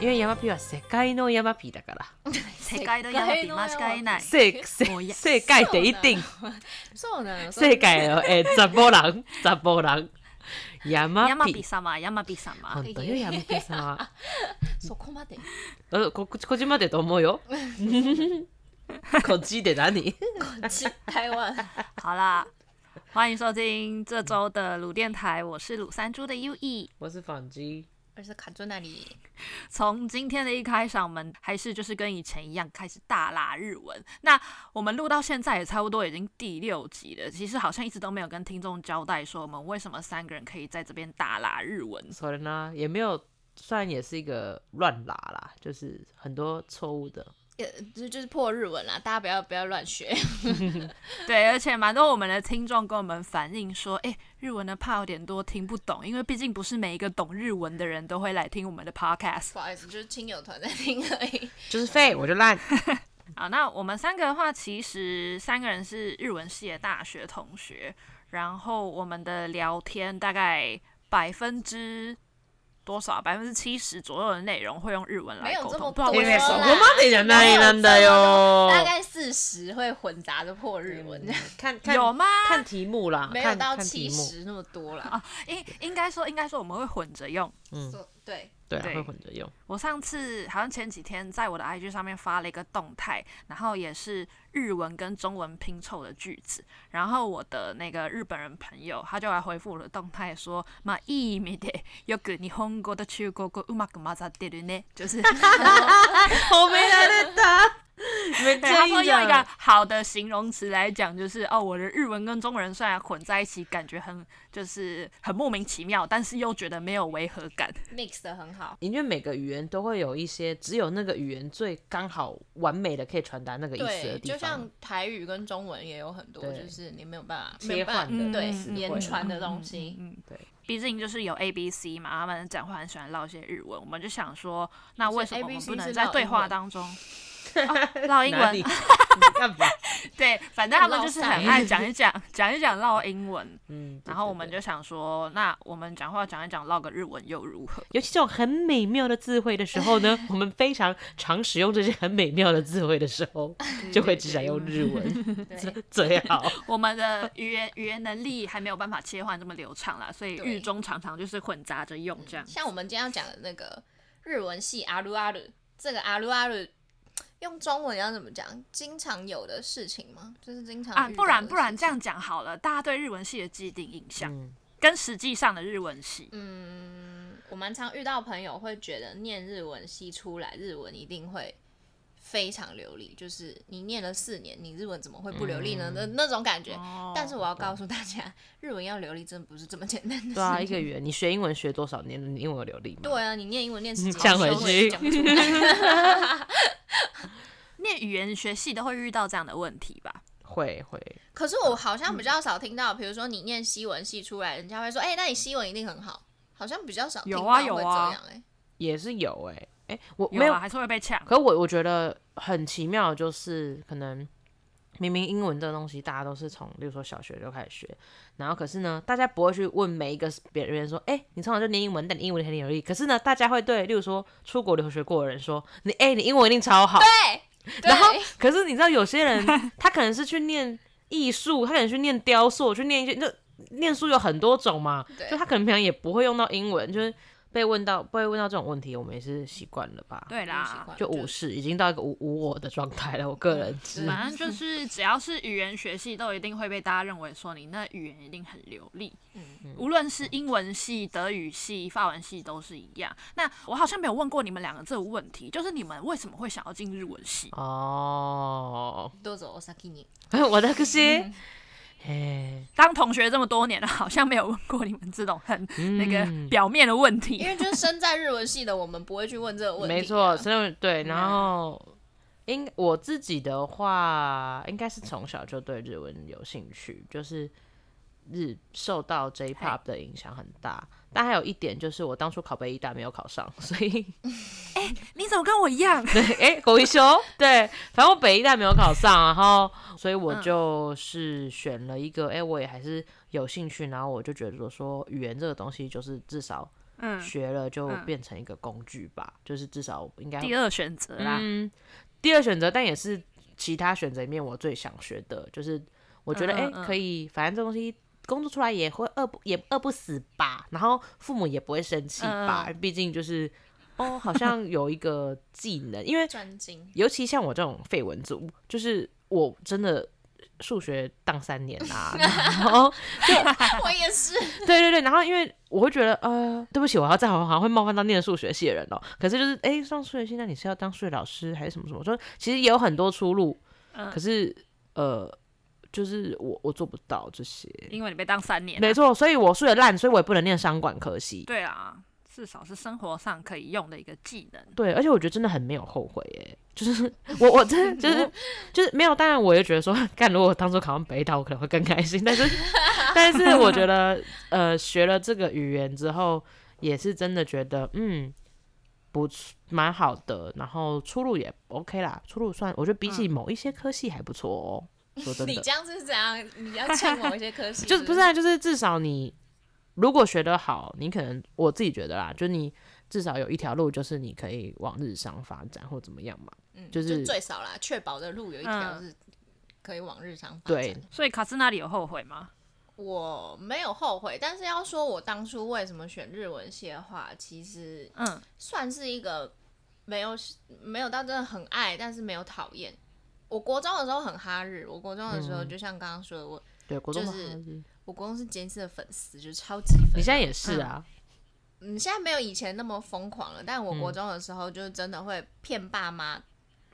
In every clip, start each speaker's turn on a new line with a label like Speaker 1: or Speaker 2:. Speaker 1: 因为ヤマピーは世界のヤマピーだから。
Speaker 2: 世界のヤマピー間違いない。
Speaker 1: 世世
Speaker 2: もうや
Speaker 1: 世界って一定
Speaker 3: そう なの。
Speaker 1: 世界のえーザボランザボランヤ
Speaker 2: ヤマ
Speaker 1: マ
Speaker 2: ピ
Speaker 1: ピ
Speaker 2: ー
Speaker 1: ー。
Speaker 2: 様、ヤマピー様。
Speaker 1: 本当よヤマピーさんは。
Speaker 3: そこまで。
Speaker 1: あここじまでと思うよ。こっちで何？
Speaker 3: 台 湾。
Speaker 2: 好啦，欢迎收听这周的鲁电台，我是鲁三猪的 U E。
Speaker 1: 我是反击。
Speaker 3: 而是卡住那里。
Speaker 2: 从今天的一开始，我们还是就是跟以前一样开始大拉日文。那我们录到现在也差不多已经第六集了，其实好像一直都没有跟听众交代说我们为什么三个人可以在这边大拉日文。
Speaker 1: 所以呢，也没有，虽然也是一个乱拉啦，就是很多错误的。
Speaker 3: 呃，就就是破日文啦，大家不要不要乱学。
Speaker 2: 对，而且蛮多我们的听众跟我们反映说，哎、日文的怕有点多听不懂，因为毕竟不是每一个懂日文的人都会来听我们的 podcast。
Speaker 3: 不好意思，就是亲友团在听而已。
Speaker 1: 就是废，我就烂。
Speaker 2: 好，那我们三个的话，其实三个人是日文系的大学同学，然后我们的聊天大概百分之。多少啊？百分之七十左右的内容会用日文来
Speaker 3: 没有
Speaker 2: 沟
Speaker 3: 这
Speaker 2: 通，
Speaker 3: 么
Speaker 2: 不知道
Speaker 3: 多
Speaker 2: 为什
Speaker 3: 啦
Speaker 2: 么。
Speaker 1: 我妈得讲那一烂的哟。
Speaker 3: 大概四十会混杂着破日文，
Speaker 1: 看看
Speaker 2: 有吗
Speaker 1: 看题目啦，
Speaker 3: 没有
Speaker 1: 看
Speaker 3: 到
Speaker 1: 看题
Speaker 3: 七
Speaker 1: 目，
Speaker 3: 十那么多啦。
Speaker 2: 啊，应应该说，应该说我们会混着用。
Speaker 1: 嗯，
Speaker 3: 说对，
Speaker 1: 对啊，
Speaker 2: 对
Speaker 1: 会混着用。
Speaker 2: 我上次好像前几天在我的 IG 上面发了一个动态，然后也是日文跟中文拼凑的句子，然后我的那个日本人朋友他就来回复我的动态说，まあいい意味でよく日本語と中国語うまく混ざってるね，就是
Speaker 1: 我没来得打， 没
Speaker 2: 对他
Speaker 1: 建
Speaker 2: 说
Speaker 1: 议
Speaker 2: 用一个
Speaker 1: 的。
Speaker 2: 好的形容词来讲，就是哦，我的日文跟中文虽然混在一起，感觉很就是很莫名其妙，但是又觉得没有违和感。
Speaker 3: mix 的很好。
Speaker 1: 因为每个语言都会有一些，只有那个语言最刚好完美的可以传达那个意思的
Speaker 3: 对，
Speaker 1: 地
Speaker 3: 就
Speaker 1: 方
Speaker 3: 像。台语跟中文也有很多，
Speaker 1: 对
Speaker 3: 就是你没有办法
Speaker 1: 切
Speaker 3: 没有办法
Speaker 1: 换
Speaker 2: 的
Speaker 3: 对
Speaker 2: 词汇
Speaker 3: 嗯言传的东西。
Speaker 2: 嗯，嗯嗯
Speaker 1: 对
Speaker 2: 毕竟就是有 A B C 嘛，他们讲话很喜欢唠一些日文，我们就想说，那为什么我们
Speaker 3: ABC
Speaker 2: 不能
Speaker 3: 是
Speaker 2: 在
Speaker 3: 唠
Speaker 2: 对
Speaker 3: 英
Speaker 2: 话
Speaker 3: 文
Speaker 2: 当 中啊唠、英
Speaker 1: 哪里
Speaker 2: 文？
Speaker 1: 你干嘛？
Speaker 2: 对，反正他们
Speaker 3: 唠
Speaker 2: 就是
Speaker 3: 散
Speaker 2: 很爱 讲一讲，讲一讲唠英文。
Speaker 1: 嗯，对
Speaker 2: 然后
Speaker 1: 对
Speaker 2: 我们
Speaker 1: 对
Speaker 2: 就想说，那我们讲话讲一讲，唠个日文又如何？
Speaker 1: 尤其这种很美妙的字汇的时候 呢，我们非常常使用这些很美妙的字汇的时 候，就会只想用日 文，
Speaker 3: 对，
Speaker 1: 最好。
Speaker 2: 我们的语言语言能力还没有办法切换这么流畅啦，所以
Speaker 3: 对
Speaker 2: 日中常常就是混杂着用这样。
Speaker 3: 像我们今天要讲的那个日文系阿鲁阿鲁，这个阿鲁阿鲁用中文要怎么讲？经常有的事情吗？就是经常
Speaker 2: 啊
Speaker 3: 遇，到
Speaker 2: 不然
Speaker 3: 的
Speaker 2: 不然
Speaker 3: 事
Speaker 2: 这
Speaker 3: 情
Speaker 2: 样讲好了，大家对日文系的既定印象、
Speaker 1: 嗯，
Speaker 2: 跟实际上的日文系，
Speaker 3: 嗯，我蛮常遇到朋友会觉得念日文系出来，日文一定会非常流利，就是你念了四年，你日文怎么会不流利呢？那、那种感觉。
Speaker 2: 哦
Speaker 3: 但是我要告诉大家，日文要流利真的不是这么简单的事情。
Speaker 1: 对啊，一个语言你学英文学多少年，你英文有流利吗？
Speaker 3: 对啊，你念英文念十几
Speaker 1: 呛
Speaker 3: 年
Speaker 1: 回
Speaker 3: 都会
Speaker 1: 去
Speaker 3: 讲不出来
Speaker 2: 念语言学系都会遇到这样的问题吧？
Speaker 1: 会会，
Speaker 3: 可是我好像比较少听到，比如说你念西文系出来，人家会说：“哎、那你西文一定很好。”好像比较少听
Speaker 2: 有
Speaker 3: 到
Speaker 2: 啊
Speaker 3: 会
Speaker 2: 有
Speaker 3: 这
Speaker 2: 啊
Speaker 3: 样哎、
Speaker 1: 也是有哎、哎、我没
Speaker 2: 有
Speaker 1: 有
Speaker 2: 啊，还是会被抢。
Speaker 1: 可我我觉得很奇妙，就是可能明明英文这个东西大家都是从，例如说小学就开始学，然后可是呢，大家不会去问每一个别人说，哎、你从小就念英文，但你英文很流利。可是呢，大家会对，例如说出国留学过的人说，你哎、你英文一定超好。
Speaker 3: 对，
Speaker 1: 然后可是你知道有些人他可能是去念艺术，他可能去念雕塑，去念一些那念书有很多种嘛，
Speaker 3: 对
Speaker 1: 就他可能平常也不会用到英文，就是被问到被问到这种问题，我们也是习惯了吧？
Speaker 2: 对啦，
Speaker 1: 就无视，已经到一个无无我的状态了。我个人是，
Speaker 2: 反正就是只要是语言学系，都一定会被大家认为说你那语言一定很流利。嗯，无论是英文系、德语系、法文系都是一样。那我好像没有问过你们两个这个问题，就是你们为什么会想要进日文系？
Speaker 1: 哦，
Speaker 3: 多走お先に。
Speaker 1: 我的可是， 哎，
Speaker 2: 当同学这么多年了，好像没有问过你们这种很
Speaker 1: 嗯
Speaker 2: 那个表面的问
Speaker 3: 因
Speaker 2: 题。
Speaker 3: 为就是身在日文系的，我们不会去问这个问题、啊。
Speaker 1: 没错，所以对，然后应我自己的话，应该是从小就对日文有兴趣，就是日受到 J-pop 的影响很大。但还有一点就是，我当初考北医大没有考上，所以
Speaker 2: 你怎么跟我一样？
Speaker 1: 对，哎、狗一 休，对，反正我北医大没有考上，啊然后
Speaker 2: 嗯
Speaker 1: 所以我就是选了一个，哎、我也还是有兴趣，然后我就觉得说，语言这个东西就是至少
Speaker 2: 嗯，
Speaker 1: 学了就
Speaker 2: 嗯
Speaker 1: 变成一个工具吧，就是至少我应该
Speaker 2: 第二选择啦，
Speaker 1: 嗯，第二选择，但也是其他选择里面我最想学的，就是我觉得
Speaker 2: 嗯
Speaker 1: 哎、
Speaker 2: 嗯嗯
Speaker 1: 可以，反正这东西工作出来也会饿不也饿不死吧，然后父母也不会生气吧
Speaker 2: 嗯，
Speaker 1: 毕竟就是哦，好像有一个技能，因为
Speaker 3: 专精，
Speaker 1: 尤其像我这种废文组，就是我真的数学当三年啊，然后
Speaker 3: 我也是，
Speaker 1: 对对对，然后因为我会觉得，呃，对不起，我要再好好像会冒犯到念数学系的人哦、可是就是，哎，上数学系，那你是要当数学老师还是什么什么？就是其实也有很多出路，
Speaker 2: 嗯
Speaker 1: 可是呃，就是我我做不到这些。
Speaker 2: 因为你被当三年啊，
Speaker 1: 没错，所以我数学烂，所以我也不能念商管科系。
Speaker 2: 对啊，至少是生活上可以用的一个技能。
Speaker 1: 对，而且我觉得真的很没有后悔耶，就是 我我真的就是就是没有，当然我也觉得说， 干如果我当初考上北岛，我可能会更开心，但是但是我觉得呃学了这个语言之后，也是真的觉得嗯不错蛮好的，然后出路也 OK 啦，出路算我觉得比起某一些科系还不错哦、说真
Speaker 3: 你
Speaker 1: 的
Speaker 3: 这，样是怎样？你要欠某一些科系，
Speaker 1: 就是不
Speaker 3: 不
Speaker 1: 是啊，就是至少你如果学得好，你可能我自己觉得啦，就你至少有一条路，就是你可以往日商发展或怎么样嘛。
Speaker 3: 嗯
Speaker 1: 就是
Speaker 3: 就最少啦，确保的路有一条
Speaker 2: 嗯
Speaker 3: 是可以往日常发展
Speaker 1: 对
Speaker 3: 的。，
Speaker 2: 所以卡斯那里有后悔吗？
Speaker 3: 我没有后悔，但是要说我当初为什么选日文系的话，其实
Speaker 2: 嗯，
Speaker 3: 算是一个没有没有到真的很爱，但是没有讨厌。我国中的时候很哈日，我国中的时候
Speaker 1: 嗯
Speaker 3: 就像刚刚说的，我
Speaker 1: 对，国中
Speaker 3: 就
Speaker 1: 的
Speaker 3: 是
Speaker 1: 话是
Speaker 3: 我国中是杰尼斯的粉丝，就是超级粉。
Speaker 1: 你现在也是啊，
Speaker 3: 嗯，现在没有以前那么疯狂了，但我
Speaker 1: 嗯
Speaker 3: 国中的时候就真的会骗爸妈。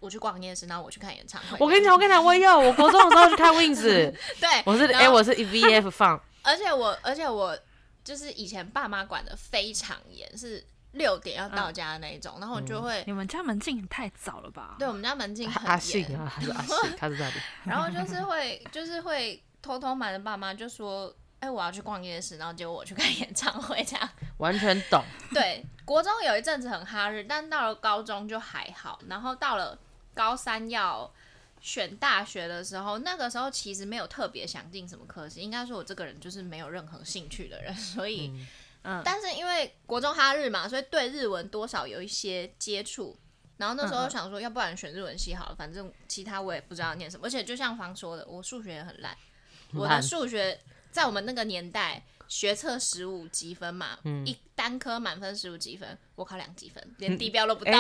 Speaker 3: 我去逛夜市，然后我去看演唱会。
Speaker 1: 我跟你讲，我跟你讲，我也有，我国中的时候去看 Wings，
Speaker 3: 对，
Speaker 1: 我是
Speaker 3: 然
Speaker 1: 哎、
Speaker 3: 后
Speaker 1: 我是 VF 放，
Speaker 3: 而且我，而且我就是以前爸妈管的非常严，是六点要到家的那一种，然后我就会、
Speaker 2: 你们家门禁也太早了吧？
Speaker 3: 对我们家门禁
Speaker 1: 阿
Speaker 3: 很
Speaker 1: 信
Speaker 3: 严，
Speaker 1: 啊，他是阿信，他是那里，
Speaker 3: 然后就是会就是会偷偷瞒着爸妈就说，哎、我要去逛夜市，然后结果我去看演唱会这样。
Speaker 1: 完全懂，
Speaker 3: 对，国中有一阵子很哈日，但到了高中就还好，然后到了高三要。选大学的时候，那个时候其实没有特别想进什么科系，应该说我这个人就是没有任何兴趣的人， 所以
Speaker 2: 嗯，
Speaker 3: 但是因为国中哈日嘛，所以对日文多少有一些接触。然后那时候想说，要不然选日文系好了，反正其他我也不知道念什么。而且就像方说的，我数学也很烂，我的
Speaker 1: 烂
Speaker 3: 数学在我们那个年代学测十五积分嘛，
Speaker 1: 嗯
Speaker 3: 一单科满分十五积分，我考两积分，连地标都不到，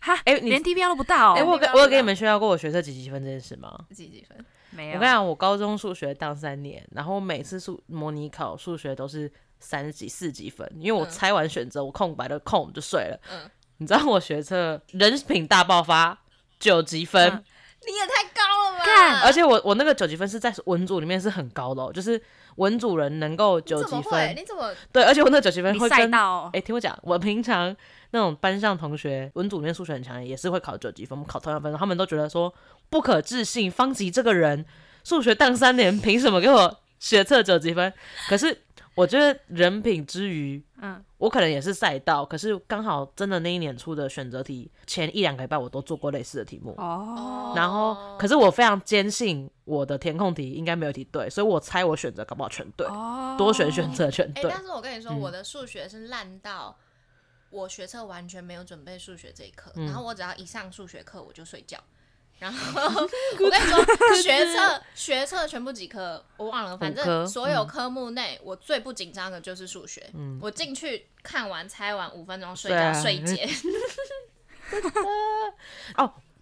Speaker 2: 哈，
Speaker 1: 哎你
Speaker 2: 连 DBL 都不到、哦，
Speaker 1: 哎、我我
Speaker 3: 你刚
Speaker 1: 给
Speaker 3: 刚
Speaker 1: 我有给你们炫耀过我学测几几分这件事吗？
Speaker 3: 几积分？
Speaker 2: 没
Speaker 1: 我
Speaker 2: 有
Speaker 1: 跟你，讲，我高中数学当三年，然后每次数模拟考数学都是三十几、四十几分，因为我
Speaker 3: 嗯
Speaker 1: 猜完选择，我空白的空就睡了。
Speaker 3: 嗯
Speaker 1: 你知道我学测人品大爆发九级分，
Speaker 2: 嗯
Speaker 3: 你也太高了吧！
Speaker 2: 干
Speaker 1: 而且我我那个九级分是在文组里面是很高的、哦，就是文组人能够
Speaker 3: 你
Speaker 1: 九
Speaker 3: 怎
Speaker 1: 级
Speaker 3: 么会？
Speaker 1: 分，
Speaker 3: 你怎么？
Speaker 1: 对，而且我那个九级分
Speaker 2: 你
Speaker 1: 会
Speaker 2: 赛
Speaker 1: 跟
Speaker 2: 道、哦
Speaker 1: 哎、听我讲，我平常那种班上同学，文组里面数学很强，也是会考九级分，我们考同样分数，他们都觉得说不可置信，方吉这个人数学当三年，凭什么给我学测九级分？可是我觉得人品之余，
Speaker 2: 嗯，
Speaker 1: 我可能也是赛道，可是刚好真的那一年出的选择题，前一两个礼拜我都做过类似的题目。
Speaker 2: 哦，
Speaker 1: 然后，可是我非常坚信我的填空题应该没有题对，所以我猜我选择搞不好全对，
Speaker 2: 哦，
Speaker 1: 多选选择全
Speaker 3: 哎、
Speaker 1: 对。嗯
Speaker 3: 但是我跟你说，我的数学是烂到我学测完全没有准备数学这一课，
Speaker 1: 嗯
Speaker 3: 然后我只要一上数学课我就睡觉。然后我跟你说，学测学测全部几科我忘了，反
Speaker 1: 五科嗯
Speaker 3: 正所有科目内我最不紧张的就是数学。我进去看完猜完五分钟睡
Speaker 1: 对
Speaker 3: 觉
Speaker 1: 啊
Speaker 3: 睡一 节，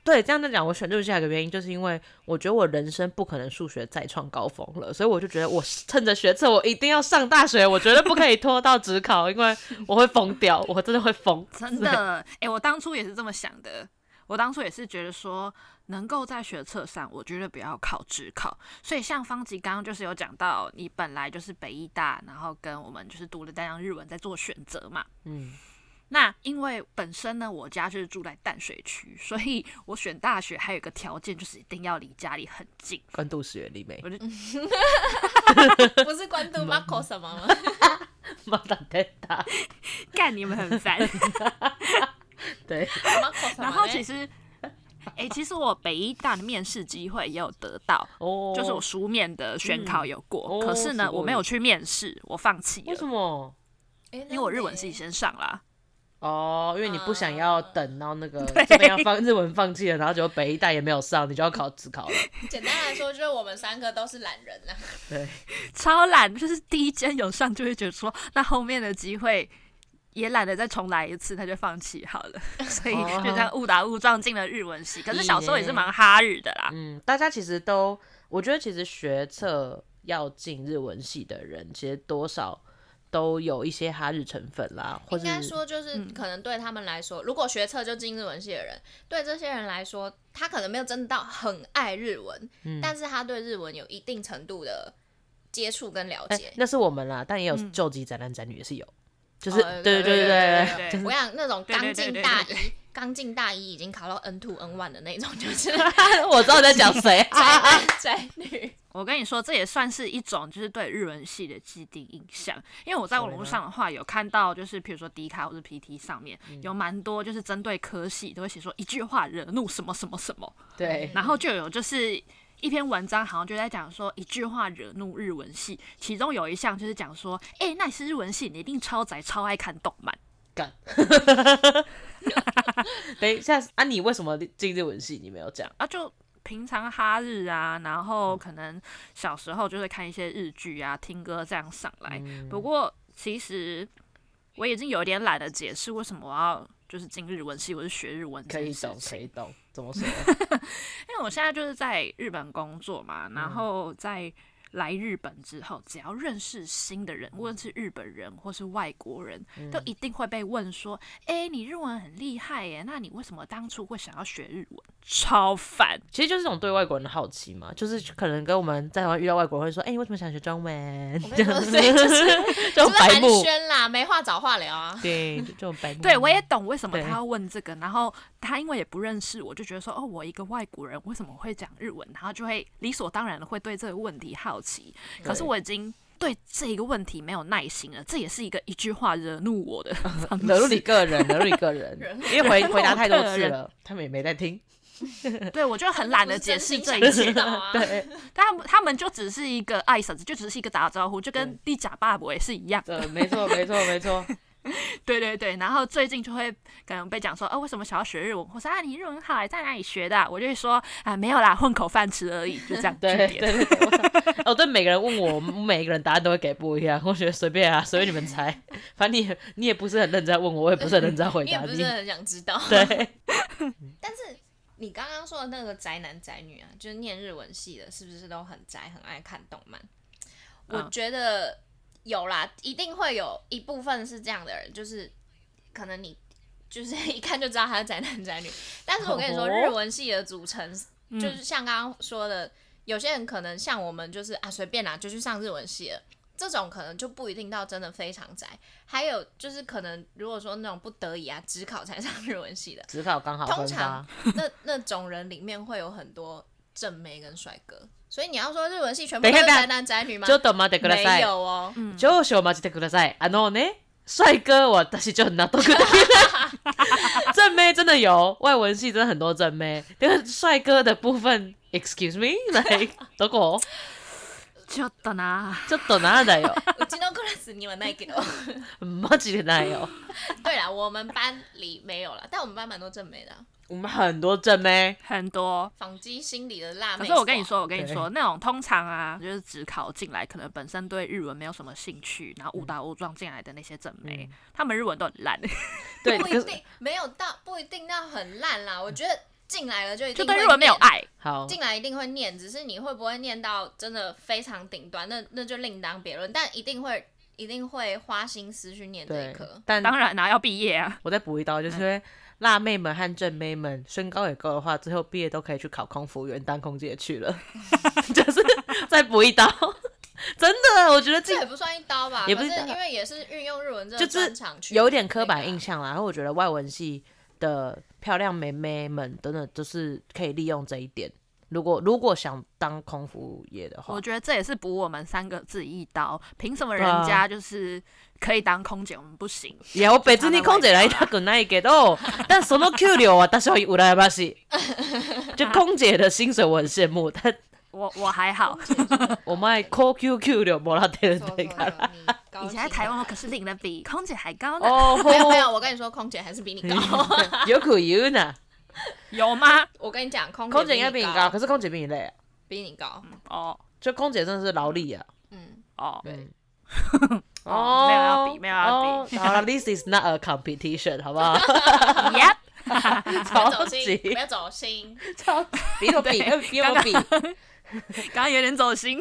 Speaker 1: 对，这样在讲，我选这个下一个原因，就是因为我觉得我人生不可能数学再创高峰了，所以我就觉得我趁着学测，我一定要上大学，我绝对不可以拖到职考，因为我会疯掉，我真的会疯。
Speaker 2: 真的，哎、我当初也是这么想的。我当初也是觉得说，能够在学测上，我绝对不要考职考。所以像方吉刚刚就是有讲到，你本来就是北医大，然后跟我们就是读了大量日文，在做选择嘛。
Speaker 1: 嗯，
Speaker 2: 那因为本身呢，我家就是住在淡水区，所以我选大学还有一个条件就是一定要离家里很近。
Speaker 1: 关渡史原丽 美，
Speaker 3: 不是 关
Speaker 1: 嗯
Speaker 3: 渡 Marco 什么吗？
Speaker 1: 马达天达，
Speaker 2: 干你们很烦。
Speaker 1: 对，
Speaker 3: Marco 什么呢？
Speaker 2: 然后其实，哎、其实我北医大的面试机会也有得到，
Speaker 1: 哦，
Speaker 2: 就是我书面的选考有过，
Speaker 1: 嗯哦
Speaker 2: 可是呢，
Speaker 1: すごい
Speaker 2: 我没有去面试，我放弃
Speaker 1: 为什
Speaker 2: 了。
Speaker 1: 么？
Speaker 3: 哎、诶
Speaker 2: 因为我日文系，先上啦。
Speaker 1: 哦，因为你不想要
Speaker 3: 啊
Speaker 1: 等到那个
Speaker 2: 对
Speaker 1: 这边要放日文放弃了，然后结果北一代也没有上，你就要考自考了。
Speaker 3: 那你简单来说，就是我们三个都是懒人啊。
Speaker 1: 对，
Speaker 2: 超懒，就是第一间有上就会觉得说，那后面的机会也懒得再重来一次，他就放弃好了， 所以
Speaker 1: 哦
Speaker 2: 就这样误打误撞进了日文系。可是
Speaker 1: 是
Speaker 2: 小时候也是
Speaker 1: 耶
Speaker 2: 蛮哈日的啦，
Speaker 1: 嗯，大家其实都，我觉得其实学测要进日文系的人，其实多少都有一些哈日成分啦，或嗯
Speaker 3: 应
Speaker 1: 者
Speaker 3: 该说，就是可能对他们来说，如果学测就进日文系的人，对这些人来说，他可能没有真的到很爱日文，
Speaker 1: 嗯
Speaker 3: 但是他对日文有一定程度的接触跟了
Speaker 1: 哎、
Speaker 3: 解。
Speaker 1: 那是我们啦，但也有
Speaker 2: 嗯
Speaker 1: 救急展览展女也是有，就是、
Speaker 3: 哦
Speaker 1: 对对
Speaker 3: 对
Speaker 1: 对
Speaker 2: 对
Speaker 1: 就是
Speaker 3: 我想那种刚
Speaker 2: 对对对
Speaker 3: 进
Speaker 2: 对
Speaker 3: 大
Speaker 2: 对
Speaker 3: 一，刚进大一已经考到 N two N one 的那种，就是
Speaker 1: 我知道你在讲谁
Speaker 3: 宅
Speaker 1: 啊。
Speaker 3: 男 宅女。
Speaker 2: 我跟你说，这也算是一种就是对日文系的既定印象，因为我在网络上的话有看到，就是比如说迪卡或者 PT 上面
Speaker 1: 嗯
Speaker 2: 有蛮多就是针对科系都会写说一句话惹怒什么什么什么，
Speaker 1: 啊 对，
Speaker 2: 然后就有就是一篇文章好像就在讲说一句话惹怒日文系，其中有一项就是讲说，哎、那你是日文系，你一定超宅超爱看动漫。
Speaker 1: 干。等一下啊，你为什么进日文系？你没有讲
Speaker 2: 啊，就平常哈日啊，然
Speaker 1: 嗯
Speaker 2: 后可能小时候就会看一些日剧啊，听歌这样上来。
Speaker 1: 嗯
Speaker 2: 不过其实我已经有点懒得解释为什么我要就是进日文系，我是学日文
Speaker 1: 可
Speaker 2: 这
Speaker 1: 以
Speaker 2: 件事
Speaker 1: 懂，可
Speaker 2: 情。
Speaker 1: 以懂，怎么说？
Speaker 2: 因为我现在就是在日本工作嘛，
Speaker 1: 嗯
Speaker 2: 然后在来日本之后，只要认识新的人，无论是日本人或是外国人，
Speaker 1: 嗯
Speaker 2: 都一定会被问说：“哎、你日文很厉害耶，那你为什么当初会想要学日文？”超烦。
Speaker 1: 其实就是这种对外国人的好奇嘛，就是可能跟我们在台湾遇到外国人会说，哎、你为什么想学中文？
Speaker 3: 我
Speaker 1: 这
Speaker 3: 跟你
Speaker 1: 样
Speaker 3: 说，
Speaker 1: 子
Speaker 3: 所以就是
Speaker 1: 这
Speaker 3: 就
Speaker 1: 种
Speaker 3: 是
Speaker 1: 白
Speaker 3: 寒
Speaker 1: 目，
Speaker 3: 暄啦，没话找话聊啊。
Speaker 1: 对，就这种白目。
Speaker 2: 对，我也懂为什么
Speaker 1: 嗯对
Speaker 2: 他要问这个，然后他因为也不认识我，就觉得说，哦，我一个外国人为什么会讲日文，然后就会理所当然的会对这个问题好奇。可是
Speaker 1: 对
Speaker 2: 我已经对这个问题没有耐心了，这也是一个一句话惹怒我的 方式。
Speaker 1: 惹怒你个人，惹怒你个人，因为回回答太多次
Speaker 2: 惹怒
Speaker 1: 了，他们也没在听。
Speaker 2: 对我就很懒得解释这一
Speaker 3: 不
Speaker 2: 切
Speaker 3: 是真心 想知。道啊
Speaker 1: 对，
Speaker 2: 但他们他们就只是一个爱死，就只是一个打招呼，就跟地假爸爸也是一样。
Speaker 1: 对，呃没错，没错，没 错。
Speaker 2: 对对对，然后最近就会可能被讲说，哦，为什么想要学日文？或是啊，你日文好欸，在哪里学的啊、我就会说，啊，没有啦，混口饭吃而已，就这 样
Speaker 1: 对
Speaker 2: 据
Speaker 1: 对
Speaker 2: 点
Speaker 1: 对对，我想 哦，对，每个人问我，我每个人答案都会给不一样。我觉得随便啊，随便你们猜，反正你也你也不是很认真问我，我也不是很认真回
Speaker 3: 你也
Speaker 1: 答
Speaker 3: 不
Speaker 1: 你
Speaker 3: 是。很想知道。
Speaker 1: 对，
Speaker 3: 但是你刚刚说的那个宅男宅女啊，就是念日文系的，是不是都很宅，很爱看动漫？我
Speaker 2: 嗯
Speaker 3: 觉得有啦，一定会有一部分是这样的人，就是可能你就是一看就知道他是宅男宅女。但是我跟你说，
Speaker 1: 哦
Speaker 3: 日文系的组成就是像刚刚说的，有些人可能像我们就是啊随便啦就去上日文系了。这种可能就不一定到真的非常宅，还有就是可能如果说那种不得已啊，只考才上日文系的，
Speaker 1: 只考刚好
Speaker 3: 通
Speaker 1: 分
Speaker 3: 常
Speaker 1: 发。
Speaker 3: 那那种人里面会有很多正妹跟帅哥，所以你要说日文系全部
Speaker 1: 等
Speaker 3: 都
Speaker 1: 一下
Speaker 3: 是
Speaker 1: 等一下
Speaker 3: 宅男宅女吗？
Speaker 1: ちょっと待ってください
Speaker 3: 没有。哦，
Speaker 1: 就お待ちてください。あのね、帅哥我私就很納得 できない。正妹真的有，外文系真的很多正妹。但是帅哥的部分，excuse me，like どこ？
Speaker 2: ちょっとな。
Speaker 1: ちょっとなんだよ。
Speaker 3: うちのクラスにはないけど。
Speaker 1: マジでないよ。
Speaker 3: 对啦，我们班里没有啦，但我们班蛮多正妹的啊，
Speaker 1: 我们很多正妹，
Speaker 2: 很多。
Speaker 3: 纺机心里的辣
Speaker 2: 可
Speaker 3: 妹。
Speaker 2: 是我跟你，说，我跟你说，那种通常啊，就是只考进来，可能本身对日文没有什么兴趣，然后
Speaker 3: 嗯
Speaker 2: 误打误撞进来的那些正妹，他们日文都很烂，
Speaker 1: 对，
Speaker 3: 不
Speaker 1: 可
Speaker 3: 一
Speaker 1: 是
Speaker 3: 定没有到，不一定到很烂啦。我觉得进来了就一
Speaker 2: 就
Speaker 3: 定
Speaker 2: 对
Speaker 3: 会
Speaker 2: 日文没有
Speaker 3: 念，
Speaker 2: 爱。哦
Speaker 1: 好，
Speaker 3: 进来一定会念，只是你会不会念到真的非常顶端，那那就另当别论。但一定会，一定会花心思去念这
Speaker 1: 对
Speaker 3: 一科。，
Speaker 1: 但
Speaker 2: 当然啦、要毕业啊。
Speaker 1: 我再补一刀，就是因为辣妹们和正妹们身高也够的话，最后毕业都可以去考空服员当空姐去了。 就是再补一刀，真的，我觉得
Speaker 3: 这
Speaker 1: 这
Speaker 3: 也不算一刀吧，
Speaker 1: 也不是
Speaker 3: 可
Speaker 1: 一
Speaker 3: 是
Speaker 1: 刀
Speaker 3: 因为也是运用日文这
Speaker 1: 就
Speaker 3: 个
Speaker 1: 是
Speaker 3: 专长去，
Speaker 1: 有点刻板印。象啦。然后我觉得外文系的漂亮妹妹们，真的就是可以利用这一点。如果如果想当空服业的话
Speaker 2: 我，觉得这也是补我们三个字一刀，凭什么
Speaker 1: 对啊
Speaker 2: 人家就是可以当空姐，我们不行？
Speaker 1: 也有別に空姐来たくないけど、哦啊但その給料は私は羨ましい。就空姐的薪水我很羡慕，但
Speaker 2: 我我还 好。
Speaker 3: 啊
Speaker 1: 我卖 QQQ 的摩拉德 的
Speaker 3: 说
Speaker 1: 对
Speaker 3: 说
Speaker 1: 啦。
Speaker 3: 说你高
Speaker 2: 以
Speaker 3: 兴
Speaker 2: 前在台湾，哦
Speaker 3: 了
Speaker 2: 我可是领的比空姐还高呢。
Speaker 1: 哦，
Speaker 3: 没有没有，我跟你说，空姐还是 比你高。
Speaker 1: 有可有呢。
Speaker 2: 有吗？
Speaker 3: 我跟你讲，空
Speaker 1: 空姐
Speaker 3: 姐
Speaker 1: 应该比
Speaker 3: 你
Speaker 1: 你高，，可是空姐比你累啊。
Speaker 3: 比你高。
Speaker 2: 哦
Speaker 1: 就空姐真的是劳力啊。
Speaker 3: 嗯，
Speaker 2: 哦，
Speaker 1: 嗯。
Speaker 2: 哦没有要比没有要比
Speaker 1: 哦好 了，This is not a competition，好不好？
Speaker 2: 耶！
Speaker 3: 不 要
Speaker 1: 超
Speaker 3: 走心，
Speaker 1: 嗯级
Speaker 3: 不要走 心。
Speaker 1: 超级比我比，跟比我比，
Speaker 2: 刚刚有点走心。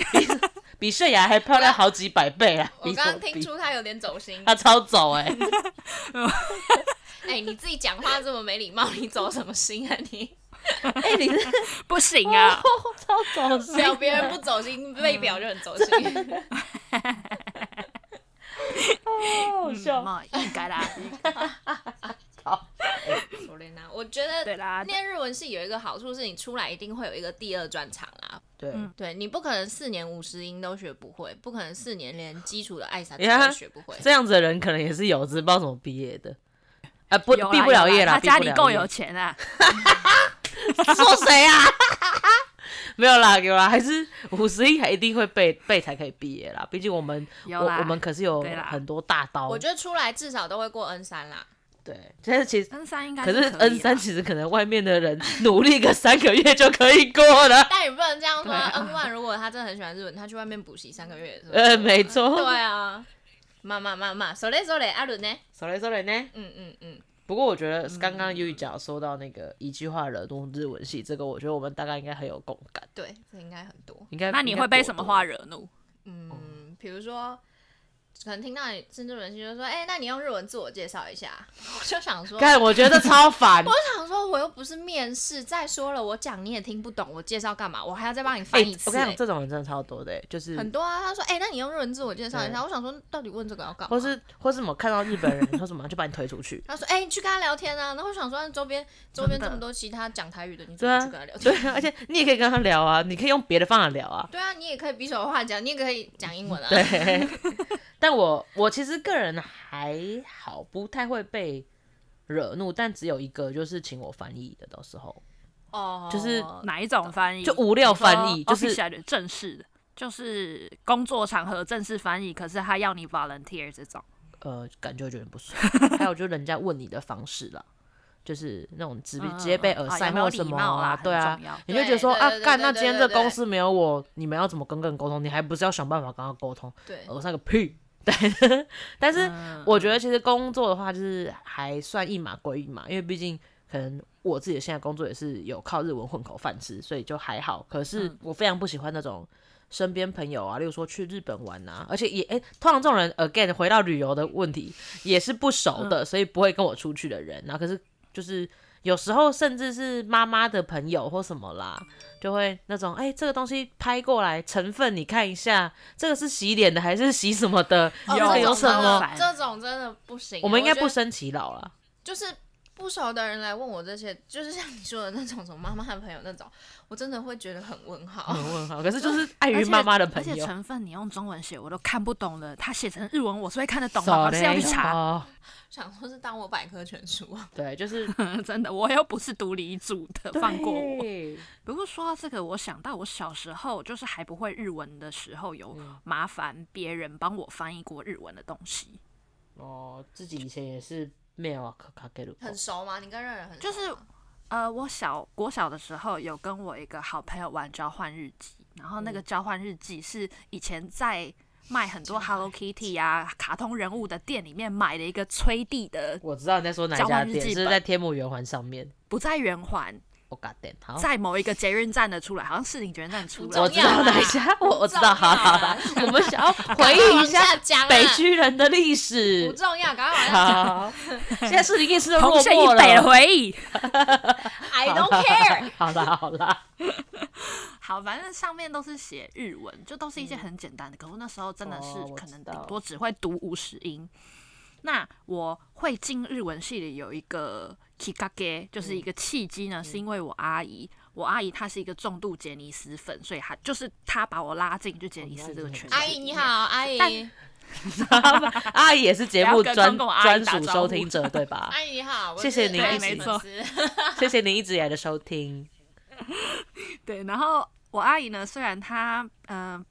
Speaker 1: 比泫雅还漂亮好几百倍啊！
Speaker 3: 我
Speaker 1: 比
Speaker 3: 刚刚
Speaker 1: 比
Speaker 3: 听出他有点走心。
Speaker 1: 她超走哎，
Speaker 3: 哎，你自己讲话这么没礼貌，你走什么心啊你？
Speaker 1: 哎，你是
Speaker 2: 不行啊，
Speaker 1: 超走
Speaker 2: 嗯
Speaker 1: 心
Speaker 3: 只，要别人不走心，
Speaker 1: 嗯
Speaker 3: 外表就很走心。
Speaker 1: 好笑。
Speaker 2: 嘛嗯哦应该啦，
Speaker 3: 说嘞呐， 我觉得
Speaker 2: 对啦，
Speaker 3: 念日文系有一个好处是，你出来一定会有一个第二专场啊。
Speaker 1: 对，
Speaker 2: 嗯
Speaker 3: 对你不可能四年五十音都学不会，不可能四年连基础的爱啥
Speaker 1: 呀
Speaker 3: 都学不会。
Speaker 1: 这样子的人可能也是有，只是不知道怎么毕业的。啊，不，
Speaker 2: 有啦
Speaker 1: 毕不了业
Speaker 2: 有
Speaker 1: 啦。
Speaker 2: 他家
Speaker 1: 毕
Speaker 2: 里
Speaker 1: 不了
Speaker 2: 够
Speaker 1: 业
Speaker 2: 有钱啊，
Speaker 1: 说谁啊？ 没有啦，有啦，还是五十一还一定会背背才可以毕业啦。毕竟我们我
Speaker 2: 有啦，
Speaker 1: 我们可是有
Speaker 2: 对啦
Speaker 1: 很多大刀，
Speaker 3: 我觉得出来至少都会过 N 三啦。
Speaker 1: 对。但是其实
Speaker 2: N 三应该
Speaker 1: 可是
Speaker 2: 是
Speaker 1: N 三其实可能外面的人努力个三个月就可以过了。
Speaker 3: 但也不能这样说
Speaker 2: 对啊
Speaker 3: ，N one 如果他真的很喜欢日文，他去外面补习三个月也是。
Speaker 1: 呃，没错。
Speaker 3: 对啊，嘛嘛嘛嘛，それそれあるね。
Speaker 1: s o r r 呢？
Speaker 3: 嗯嗯嗯，
Speaker 1: 不过我觉得刚刚优 i 讲说到那个一句话惹怒日文系，这个我觉得我们大概应该很有共感。
Speaker 3: 对，这应该很多。
Speaker 1: 应该
Speaker 2: 那你
Speaker 1: 应该
Speaker 2: 会被
Speaker 1: 颇
Speaker 2: 什么
Speaker 1: 多
Speaker 2: 话惹怒？
Speaker 3: 嗯，比如说。可能听到你是日文系，就说：“哎、那你用日文自我介绍一下。”我就想 说，
Speaker 1: 干，我觉得超 烦。哎
Speaker 3: 我想说，我又不是面试，再说了，我讲你也听不懂，我介绍干嘛？我还要再帮你
Speaker 1: 哎、
Speaker 3: 翻一次、
Speaker 1: 我跟你
Speaker 2: 欸
Speaker 3: 哎
Speaker 1: 讲，这种人真的超多的、欸就是
Speaker 3: 很多啊。他说：“哎、那你用日文自我介绍一下。”我想说，到底问这个要干嘛？
Speaker 1: 或是或是什么看到日本人或什么就把你推出 去。
Speaker 3: 他说：“哎、你去跟他聊天啊。”然后我想说，周边周边
Speaker 2: 真的
Speaker 3: 这么多其他讲台语的，你怎
Speaker 1: 对
Speaker 3: 么
Speaker 1: 啊
Speaker 3: 不去跟他聊，
Speaker 1: 对
Speaker 3: 天？
Speaker 1: 啊，而且你也可以跟他聊啊，你可以用别的方法聊啊。
Speaker 3: 对啊，你也可以比手画脚，你也可以讲英文啊。
Speaker 1: 对，但我我其实个人还好，不太会被惹怒，但只有一个就是请我翻译的，到时候
Speaker 3: 哦，
Speaker 1: 就是
Speaker 2: 哪一种翻译？
Speaker 1: 就无料翻译，就是
Speaker 2: 下的正式的，就是工作场合正式翻译，可是他要你 volunteer 这种。
Speaker 1: 呃，感觉有点不 爽。还有就是人家问你的方式啦，就是那种直
Speaker 2: 嗯
Speaker 1: 直接被耳塞或什么
Speaker 2: 啊，
Speaker 1: 对啊，
Speaker 2: 啊，
Speaker 1: 你就觉得说
Speaker 3: 对
Speaker 1: 啊
Speaker 3: 对，对
Speaker 1: 干，
Speaker 3: 对
Speaker 1: 那
Speaker 3: 对
Speaker 1: 今天
Speaker 3: 对
Speaker 1: 这
Speaker 3: 对
Speaker 1: 公司没有我，你们要怎么跟个人沟通？你还不是要想办法跟他沟通？
Speaker 3: 对，哦
Speaker 1: 耳塞个屁！ 对，但是
Speaker 3: 嗯
Speaker 2: 嗯
Speaker 1: 我觉得其实工作的话，就是还算一码归一码，因为毕竟可能我自己现在工作也是有靠日文混口饭吃，所以就还好。可
Speaker 3: 嗯
Speaker 1: 是我非常不喜欢那种身边朋友啊，例如说去日本玩啊，而且也哎、通常这种人 again 回到旅游的问题也是不熟
Speaker 3: 嗯
Speaker 1: 的，所以不会跟我出去的人。然后可是就是有时候甚至是妈妈的朋友或什么啦，就会那种哎、这个东西拍过来成分你看一下，这个是洗脸的还是洗什么的？
Speaker 3: 哦
Speaker 1: 这
Speaker 2: 有
Speaker 1: 个
Speaker 3: 这
Speaker 1: 有
Speaker 3: 种
Speaker 1: 什
Speaker 3: 真的
Speaker 1: 么？
Speaker 2: 么
Speaker 3: 这种真的不行。啊
Speaker 1: 我们应该
Speaker 3: 觉得
Speaker 1: 不生其老了。
Speaker 3: 就是不熟的人来问我这些，就是像你说的那种什么妈妈和朋友那种，我真的会觉得很问号。
Speaker 1: 很问号，可是就是碍
Speaker 2: 哦而
Speaker 1: 于
Speaker 2: 且
Speaker 1: 妈妈的
Speaker 2: 而
Speaker 1: 朋
Speaker 2: 且
Speaker 1: 友，
Speaker 2: 成分你用中文写我都看不懂了，他写成日文我是会看得懂吗？我是要去查，
Speaker 1: 哦。
Speaker 3: 想说是当我百科全书啊。
Speaker 1: 对，就是
Speaker 2: 真的，我又不是独立组的，放过我。
Speaker 1: 对
Speaker 2: 不过说到这个，我想到我小时候就是还不会日文的时候，有
Speaker 1: 嗯
Speaker 2: 麻烦别人帮我翻译过日文的东西。
Speaker 1: 哦，自己以前也是没有啊，卡给鲁。
Speaker 3: 很熟吗？你跟任人很熟
Speaker 2: 就
Speaker 3: 吗
Speaker 2: 是呃，我小国小的时候有跟我一个好朋友玩交换日记，然后那个交换日记是以前在卖很多 Hello Kitty 啊、卡通人物的店里面买的一个吹地的，
Speaker 1: 我知道你在说哪一
Speaker 2: 交
Speaker 1: 家
Speaker 2: 换日
Speaker 1: 店，
Speaker 2: 记
Speaker 1: 是
Speaker 2: 本
Speaker 1: 在天母圆环上面。
Speaker 2: 不在圆环，
Speaker 1: 我嘎点好，
Speaker 2: 在某一个捷运站的出来，好像市领捷运站出
Speaker 3: 不
Speaker 2: 来，
Speaker 1: 我
Speaker 3: 重
Speaker 1: 知
Speaker 3: 要
Speaker 1: 道
Speaker 3: 啦
Speaker 1: 哪一家，我我知
Speaker 3: 重要
Speaker 1: 道，好好
Speaker 3: 啦
Speaker 1: 好，我们想要 回忆一
Speaker 3: 赶快
Speaker 1: 下
Speaker 3: 往讲啊
Speaker 1: 北区人的历史
Speaker 3: 不。重要，赶快往下
Speaker 1: 好，现在市里夜市都
Speaker 2: 红
Speaker 1: 落
Speaker 2: 线
Speaker 1: 寞
Speaker 2: 以北的
Speaker 1: 了。
Speaker 2: 回忆。
Speaker 3: I
Speaker 1: 好
Speaker 3: don't
Speaker 1: 啦
Speaker 3: care。
Speaker 1: 好啦好啦，
Speaker 2: 好，反正上面都是写日文，就都是一些很简单的。可我那时候真的是
Speaker 1: 嗯哦我
Speaker 2: 可
Speaker 1: 知
Speaker 2: 能
Speaker 1: 道
Speaker 2: 顶多只会读五十音。那我会进日文系里有一个 kikage，就是一
Speaker 1: 嗯
Speaker 2: 个契机呢，是因为我阿姨，我阿姨她是一个重度杰尼斯粉，所以她就是她把我拉
Speaker 1: 哦
Speaker 2: 进就杰尼斯这个圈子。
Speaker 3: 阿姨你好，，阿姨，
Speaker 1: 阿姨也是节目
Speaker 2: 不要跟
Speaker 1: 专
Speaker 2: 跟我阿姨
Speaker 1: 专
Speaker 2: 打招
Speaker 1: 属
Speaker 2: 呼
Speaker 1: 收听者对 吧？
Speaker 3: 阿姨你好，我
Speaker 1: 谢谢
Speaker 3: 是
Speaker 1: 您
Speaker 3: 阿姨
Speaker 1: 对
Speaker 3: 的
Speaker 2: 没错
Speaker 3: 粉丝。
Speaker 1: 谢谢您一直以来的收听。
Speaker 2: 对，然后我阿姨呢，虽然她嗯、呃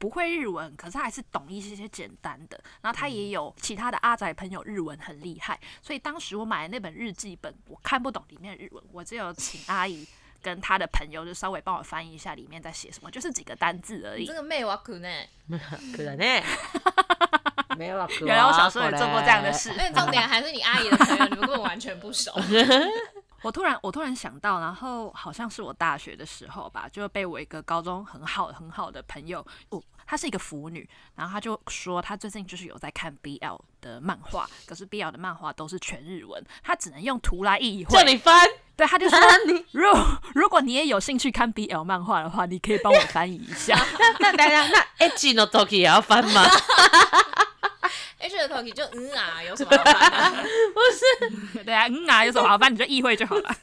Speaker 2: 不会日文，可是她还是懂一些些简单的。然后她也有其他的阿仔朋友日文很厉害，所以当时我买的那本日记本，我看不懂里面的日文，我只有请阿姨跟她的朋友就稍微帮我翻译一下里面在写什么，就是几个单字而
Speaker 3: 你
Speaker 2: 已
Speaker 3: 这。个妹挖苦呢？
Speaker 1: 可能呢，没有啊，
Speaker 2: 原来我小时候也做过这样的事。
Speaker 3: 那重点还是你阿姨的朋友，你们根本完全 不熟。
Speaker 2: 我突然我突然想到，然后好像是我大学的时候吧，就被我一个高中很好很好的朋友，哦，她是一个腐女，然后她就说她最近就是有在看 BL 的漫画，可是 BL 的漫画都是全日文，她只能用图来意
Speaker 1: 叫
Speaker 2: 会。
Speaker 1: 你翻，
Speaker 2: 对，她就说，
Speaker 3: 啊
Speaker 2: 如如果你也有兴趣看 BL 漫画的话，你可以帮我翻译一 下。
Speaker 1: 那大家那 Edge no Toki 也要翻吗？
Speaker 3: H 的 Toki 就嗯啊，有什么好翻 的？
Speaker 2: 对啊，嗯啊，有什么好翻你就意会就好 了。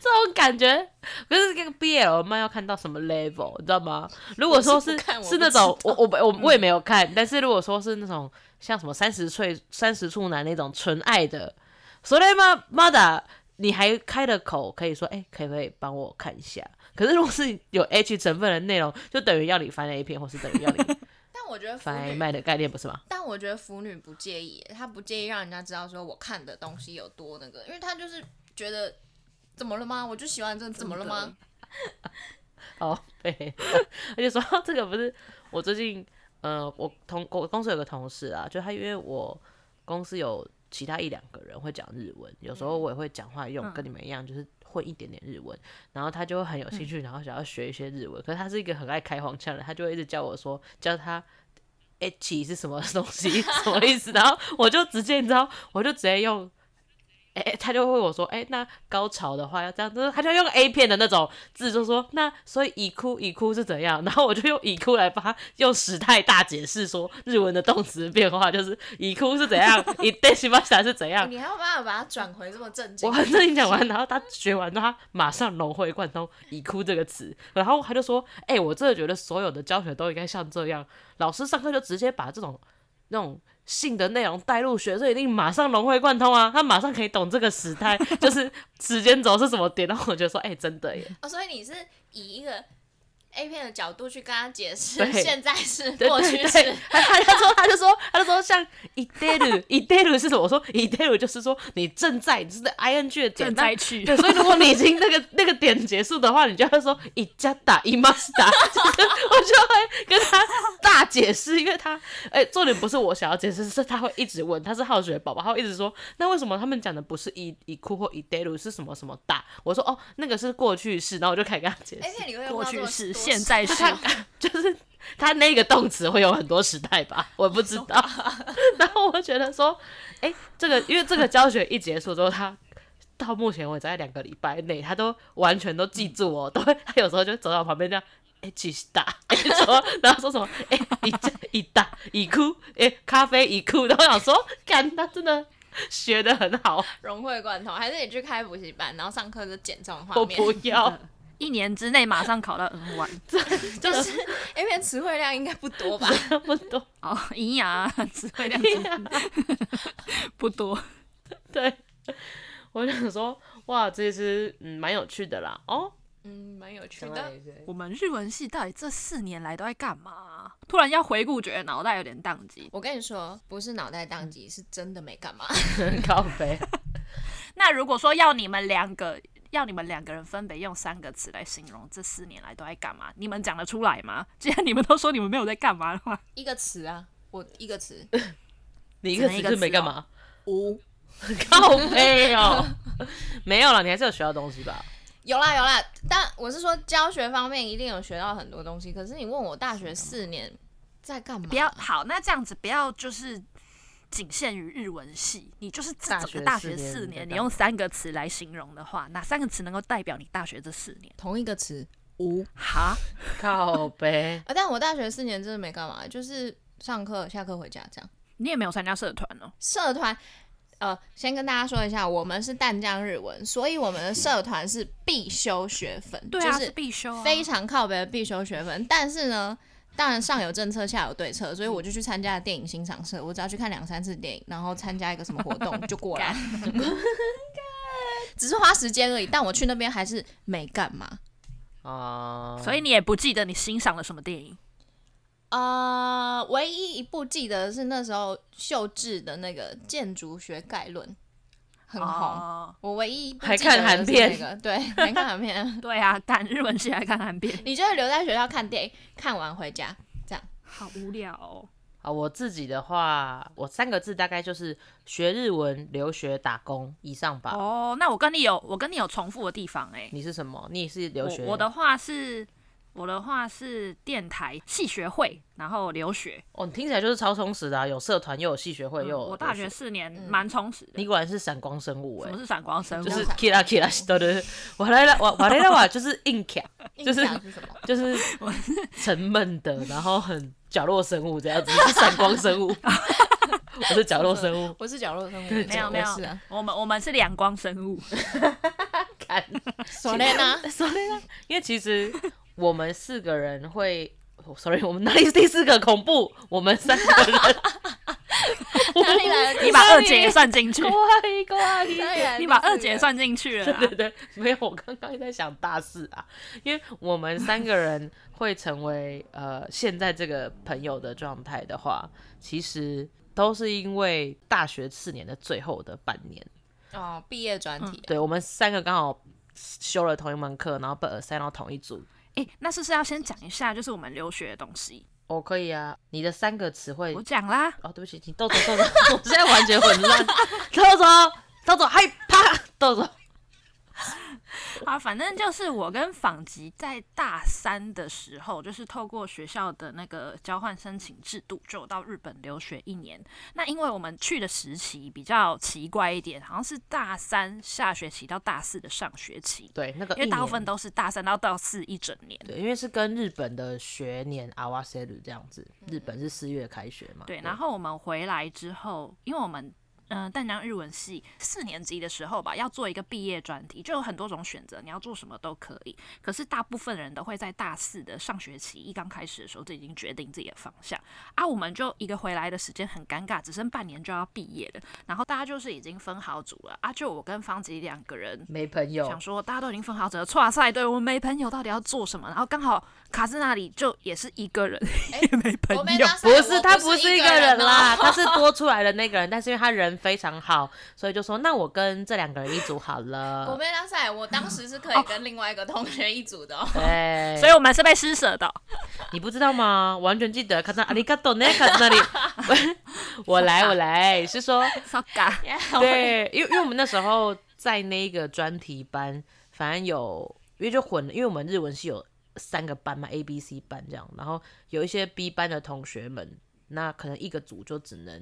Speaker 1: 这种感觉，可是这个 BL 漫要看到什么 level，你知道吗？如果说是
Speaker 3: 我是不看我不
Speaker 1: 是那种我我我我也没有看，但是如果说是那种像什么三十岁三十处男那种纯爱的，所以嘛，mother，你还开了口可以说，哎、可以不可以帮我看一下？可是如果是有 H 成分的内容，就等于要你翻 A 片，或是等于要你
Speaker 3: 但我觉得腐
Speaker 1: 翻 A
Speaker 3: 女
Speaker 1: 漫的概念，不是吗？
Speaker 3: 但我觉得腐女不介意，她不介意让人家知道说我看的东西有多那个，因为她就是觉得怎么了吗？我就喜欢这，怎么了吗？
Speaker 1: 嗯哦，对，而且说到这个不是我最近，呃，我同我公司有个同事啊，就他因为我公司有其他一两个人会讲日文，有时候我也会讲话用，跟你们一样，就是会一点点日文，然后他就会很有兴趣，然后想要学一些日文，可是他是一个很爱开黄腔的人，他就会一直教我说，教他。H 是什么东西？ 什么意思？然后我就直接，你知道，我就直接用，哎、哎他就问我说，哎、那高潮的话要这样，就是他就用 A 片的那种字，就说那所以已哭已哭是怎样？ 然后我就用已哭来帮他用时态大解释说日文的动词变化，就是已哭是怎样，已 d e s h i m a s a 是怎样。
Speaker 3: 你还有办法把它转回这么正经？
Speaker 1: 我很认真讲完，然后他学完，他马上融会贯通“已哭”这个词，然后他就说：“哎、我真的觉得所有的教学都应该像这样，老师上课就直接把这种那种性的内容带入学生，一定马上融会贯通啊，他马上可以懂这个时态， 就是时间轴是什么点。”然后我觉得说：“哎、真的耶，
Speaker 3: 哦，所以你是以一个 A 片的角度去跟他解释
Speaker 1: 对
Speaker 3: 现在是
Speaker 1: 对
Speaker 3: 过去
Speaker 1: 对
Speaker 3: 式
Speaker 1: 对，他他他说他就说他就说像 i d e r u i d e r u 是什么？我说 i d e r u 就是说你正在，你是在 ing 的点，
Speaker 2: 正
Speaker 1: 那
Speaker 2: 在去
Speaker 1: 对，所以如果你已经那个那个点结束的话，你就要说一加打一 must 打，就是我就会跟他大解释，因为他哎、重点不是我想要解释，是他会一直问，他是好学宝宝，他会一直说，那为什么他们讲的不是一一哭或一 d a y 是什么什么打？我说哦，那个是过去式，然后我就开始跟他解释
Speaker 3: A，片你会用
Speaker 2: 过
Speaker 3: 到这
Speaker 2: 去
Speaker 3: 么
Speaker 2: 式、
Speaker 3: 多
Speaker 2: 现在式，
Speaker 1: 就是他那个动词会有很多时代 吧，我不知道。然后我就觉得说，哎、这个因为这个教学一结束之后，他到目前为止在两个礼拜内，他都完全都记住我，都会他有时候就走到我旁边这样。哎，去 打，哎，什么？然后说什么？哎，一加一打一哭，哎，咖啡一哭，然后我想说，干，他真的学的很好，
Speaker 3: 融会贯通，还是你去开补习班，然后上课就剪这种画
Speaker 1: 我
Speaker 3: 面？
Speaker 1: 不 要，
Speaker 2: 一年之内马上考到 N 1
Speaker 1: 就
Speaker 3: A 片词汇量应该不 多吧？
Speaker 1: 差不多。
Speaker 2: 哦，营养啊词汇 量真的不多。
Speaker 1: 对，我就想说，哇，这是嗯蛮有趣的啦。哦，
Speaker 3: 嗯，蛮有趣
Speaker 1: 想到
Speaker 3: 的
Speaker 1: 也。是
Speaker 2: 我们日文系到底这四年来都在干嘛啊、突然要回顾，觉得脑袋有点宕机。
Speaker 3: 我跟你说，不是脑袋宕机，是真的没干嘛。
Speaker 1: 靠背，
Speaker 2: 那如果说要你们两个，要你们两个人分别用三个词来形容这四年来都在干嘛，你们讲得出来吗？ 既然你们都说你们没有在干嘛的话，
Speaker 3: 一个词啊，我一个 词，
Speaker 1: 你一
Speaker 2: 只
Speaker 1: 个
Speaker 2: 能
Speaker 1: 词
Speaker 2: 一个
Speaker 1: 是没
Speaker 2: 字
Speaker 1: 干
Speaker 2: 哦
Speaker 1: 嘛？
Speaker 2: 无
Speaker 1: 靠背哦，没有了，你还是有学到东西吧？
Speaker 3: 有啦有啦，但我是说教学方面一定有学到很多东西。可是你问我大学四年在干嘛？
Speaker 2: 不要好，那这样子不要就是。仅限于日文系，你就是这
Speaker 1: 大
Speaker 2: 整个
Speaker 1: 学
Speaker 2: 大
Speaker 1: 四
Speaker 2: 学
Speaker 1: 年
Speaker 2: 四
Speaker 1: 你在
Speaker 2: 年，你
Speaker 1: 干
Speaker 2: 用三个词来形容的话，哪三个词能够代表你大学这四年？
Speaker 3: 同一个词无
Speaker 2: 哈，
Speaker 1: 靠背，
Speaker 3: 啊！但我大学四年真的没干嘛，就是上课、下课、回家这样。
Speaker 2: 你也没有参加社团哦。
Speaker 3: 社团，呃，先跟大家说一下，我们是淡江日文，所以我们的社团是必修学分，就
Speaker 2: 就是
Speaker 3: 是
Speaker 2: 必修、啊，
Speaker 3: 非常靠北的必修学分。但是呢，当然上有政策，下有对策，所以我就去参加了电影欣赏社，我只要去看两三次电影，然后参加一个什么活动就过 了，只是花时间而已。但我去那边还是没干嘛，
Speaker 1: 啊、
Speaker 2: 所以你也不记得你欣赏了什么电影。
Speaker 3: 呃，唯一一部记得是那时候秀智的那个建筑学概论很红，
Speaker 2: 哦
Speaker 3: 我唯一一部
Speaker 1: 还
Speaker 3: 记得
Speaker 1: 看韩
Speaker 3: 的是
Speaker 1: 片
Speaker 3: 那个，对， 还看 韩片。
Speaker 2: 对啊，看日文系还看韩片，
Speaker 3: 你就会留在学校看电影，看完回家。
Speaker 2: 好无聊哦。
Speaker 1: 啊，我自己的话，我三个字大概就是学日文、留学、打工以上吧。
Speaker 2: 哦，那我跟你有我跟你有重复的地方哎、
Speaker 1: 你是什么？你是留学？
Speaker 2: 我我的话是我的话是电台系学会，然后留学。
Speaker 1: 哦，你听起来就是超充实的、啊，有社团，又有系学会，又
Speaker 2: 嗯
Speaker 1: 有
Speaker 2: 我大
Speaker 1: 哎留
Speaker 2: 学四年蛮充实的。
Speaker 1: 你果然是闪光生物哎、
Speaker 2: 什么是闪光生物？
Speaker 1: 就是
Speaker 3: 闪
Speaker 1: kira kira，对对对，我来了，我我来了，我就是硬卡，就是
Speaker 3: 印象是什么？
Speaker 1: 就是沉闷的，然后很角落生物这样子，是闪光生物， 我是角落生 物，
Speaker 3: 我是角落生物，
Speaker 2: 没有没有
Speaker 3: 是啊，，
Speaker 2: 我们我们是两光生 物。
Speaker 1: 看。
Speaker 3: 索雷娜，
Speaker 1: 所以呢，因为其实我们四个人会哦，sorry，我们哪里是第四个恐怖？我们三个人，
Speaker 3: 哪 里来 的？
Speaker 2: 你把二姐也算进去
Speaker 1: 乖，乖，
Speaker 3: 哪里来的
Speaker 2: 你把二姐算进去了 啦。啊
Speaker 1: 对对，没有，我刚刚也在想大事啊，因为我们三个人会成为呃现在这个朋友的状态的话，其实都是因为大学四年的最后的半年，
Speaker 3: 哦，毕业专题，
Speaker 1: 对我们三个刚好修了同一门课，然后被耳塞到同一组。
Speaker 2: 哎、那是不是要先讲一下，就是我们留学的东西？
Speaker 1: 哦，可以啊，你的三个词汇
Speaker 2: 我讲啦，
Speaker 1: 哦，对不起，你豆总豆总， 我现在完全混乱。 豆总豆总害怕，豆总
Speaker 2: 啊，反正就是我跟访吉在大三的时候，就是透过学校的那个交换申请制度，就有到日本留学一年。那因为我们去的时期比较奇怪一点，好像是大三下学期到大四的上学期，
Speaker 1: 对那个
Speaker 2: 因为
Speaker 1: 呃一
Speaker 2: 大部
Speaker 1: 年
Speaker 2: 分都是大三到到四一整年。
Speaker 1: 对，因为是跟日本的学年阿瓦塞鲁这样子，日本是四月开学嘛。
Speaker 2: 对，然
Speaker 1: 后
Speaker 2: 后我们回来之后，因为我们嗯、呃淡江日文系四年级的时候吧，要做一个毕业专题，就有很多种选择，你要做什么都可以。可是大部分人都会在大四的上学期一刚开始的时候就已经决定自己的方向啊，我们就一个回来的时间很尴尬，只剩半年就要毕业了，然后大家就是已经分好组了啊，就我跟方吉两个人
Speaker 1: 没朋友
Speaker 2: 想，说大家都已经分好组了，哇塞，对我们没朋友到底要做什么？然后刚好卡斯那里就也是一个人， 也没朋
Speaker 3: 哎我没
Speaker 2: 友
Speaker 3: 搭。上
Speaker 1: 不是
Speaker 3: 我
Speaker 1: 他
Speaker 3: 不
Speaker 1: 是一
Speaker 3: 个
Speaker 1: 人
Speaker 3: 人
Speaker 2: 嗯
Speaker 1: 啦，
Speaker 3: 哦
Speaker 1: 他是多出来的那个人，但是因为他人非常好，所以就说那我跟这两个人一组好
Speaker 3: 我
Speaker 1: 了。
Speaker 3: 没拉塞，我当时是
Speaker 2: 哦
Speaker 3: 可以跟另外一个同学一 组的哦。
Speaker 1: 对，
Speaker 2: 所以我们是被施舍的哦、
Speaker 1: 你不知道吗？完全记得，看到阿里嘎多那看那里， 我来我来，是说
Speaker 2: So ga，
Speaker 1: 对，因为因为我们那时候在那个专题班，反正有因为就混了，因为我们日文系有三个班嘛，A、B、C 班这样，然后有一些 B 班的同学们，那可能一个组就只能，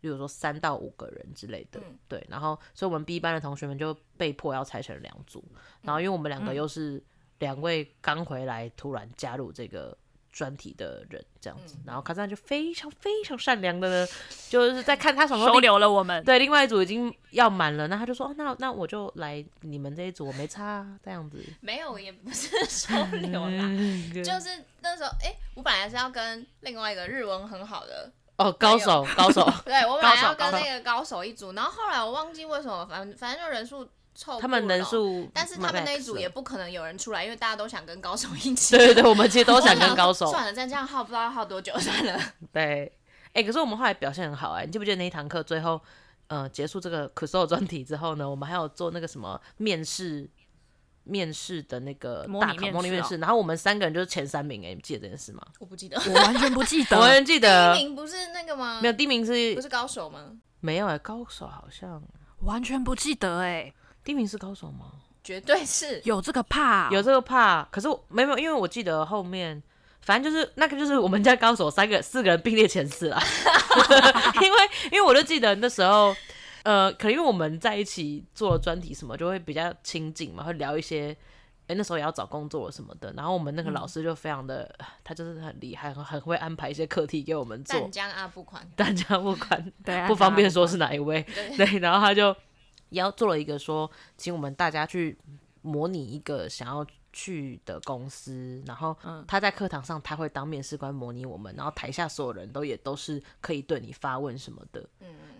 Speaker 1: 例如说三到五个人之类的，
Speaker 3: 嗯
Speaker 1: 对，然后所以我们 B 班的同学们就被迫要拆成两组，然后因为我们两个又是两位刚回来突然加入这个。专题的人这样子，然后卡赞就非常非常善良的呢，就是在看他什么时候
Speaker 2: 收留了我们。
Speaker 1: 对，另外一组已经要满了，那他就说，哦，那那我就来你们这一组，我没差、啊、这样子。
Speaker 3: 没有，也不是收留啦，
Speaker 2: 嗯
Speaker 3: 就是那时候，哎，我本来是要跟另外一个日文很好的
Speaker 1: 哦，高手，高手，
Speaker 3: 对，我本来
Speaker 2: 高手
Speaker 3: 要跟
Speaker 2: 高手
Speaker 3: 那个高手一组，然后后来我忘记为什么，反正反正就人数凑不拢，
Speaker 1: 他们人数 max 了，
Speaker 3: 但是他们那一组也不可能有人出来，因为大家都想跟高手一起。
Speaker 1: 对对 对，我们其实都
Speaker 3: 我
Speaker 1: 想跟
Speaker 3: 说
Speaker 1: 高手
Speaker 3: 算了，再这样耗不知道要耗多久算了。
Speaker 1: 对。哎、可是我们后来表现很好哎、你记不记得那一堂课最后，呃，结束这个 c u s o 专题之后呢，我们还有做那个什么面试，面试的那个
Speaker 2: 模
Speaker 1: 大
Speaker 2: 拟
Speaker 1: 考
Speaker 2: 面
Speaker 1: 模拟
Speaker 2: 试
Speaker 1: 面
Speaker 2: 哦
Speaker 1: 试，然后我们三个人就是前三名哎、你记得这件事吗？
Speaker 3: 我不记得，
Speaker 2: 我完全不记
Speaker 1: 我还记得
Speaker 3: 第一，名不是那个吗？
Speaker 1: 啊没有第一名是
Speaker 3: 不是高手吗？
Speaker 1: 没有哎、高手好像
Speaker 2: 完全不记得哎、
Speaker 1: 第一名是高手吗？
Speaker 3: 绝对是。
Speaker 2: 有这个怕、
Speaker 1: 有这个怕，可是我没有，没有因为我记得后面，反正就是那个就是我们家高手三个四个人并列前四啦，因为因为我就记得那时候，呃，可能因为我们在一起做专题什么，就会比较亲近嘛，会聊一些。哎、那时候也要找工作什么的，然后我们那个老师就非常的，呃他就是很厉害，很很会安排一些课题给我们做
Speaker 3: 淡，江阿布款，
Speaker 1: 大家不管
Speaker 2: 对啊
Speaker 1: 不方便说是哪一位，
Speaker 3: 对
Speaker 1: 对，然后他就要做了一个说，请我们大家去模拟一个想要去的公司，然后他在课堂上他会当面试官模拟我们，然后台下所有人都也都是可以对嗯你发问什么的，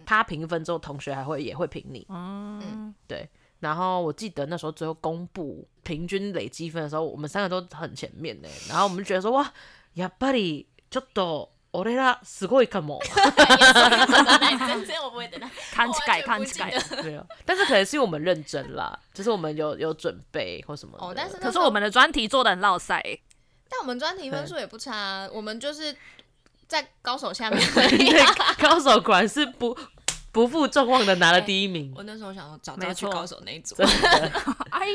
Speaker 1: 他评分之后，同学还会也会评你，
Speaker 2: 嗯，
Speaker 1: 对，然后我记得那时候最后公布平均累积分的时候，我们三个都很前面呢。然后我们就觉得说，哇，やっぱりちょっと俺らすごいかも。
Speaker 3: 哎真的，我不会等他。
Speaker 2: 看起来，看起来。
Speaker 1: 没有，啊但是可能是因为我们认真啦，就是我们有有准备或什么的。
Speaker 3: 哦 但是那
Speaker 2: 可是我们的专题做的很落塞、欸，
Speaker 3: 但我们专题分数也不差啊，我们就是在高手 下面
Speaker 1: 对高手果然是不不负众望的拿了第一名。
Speaker 3: 我那时候想说，早知
Speaker 2: 没
Speaker 3: 道去
Speaker 2: 错
Speaker 3: 高手那一组，
Speaker 1: 真的。
Speaker 2: 哎，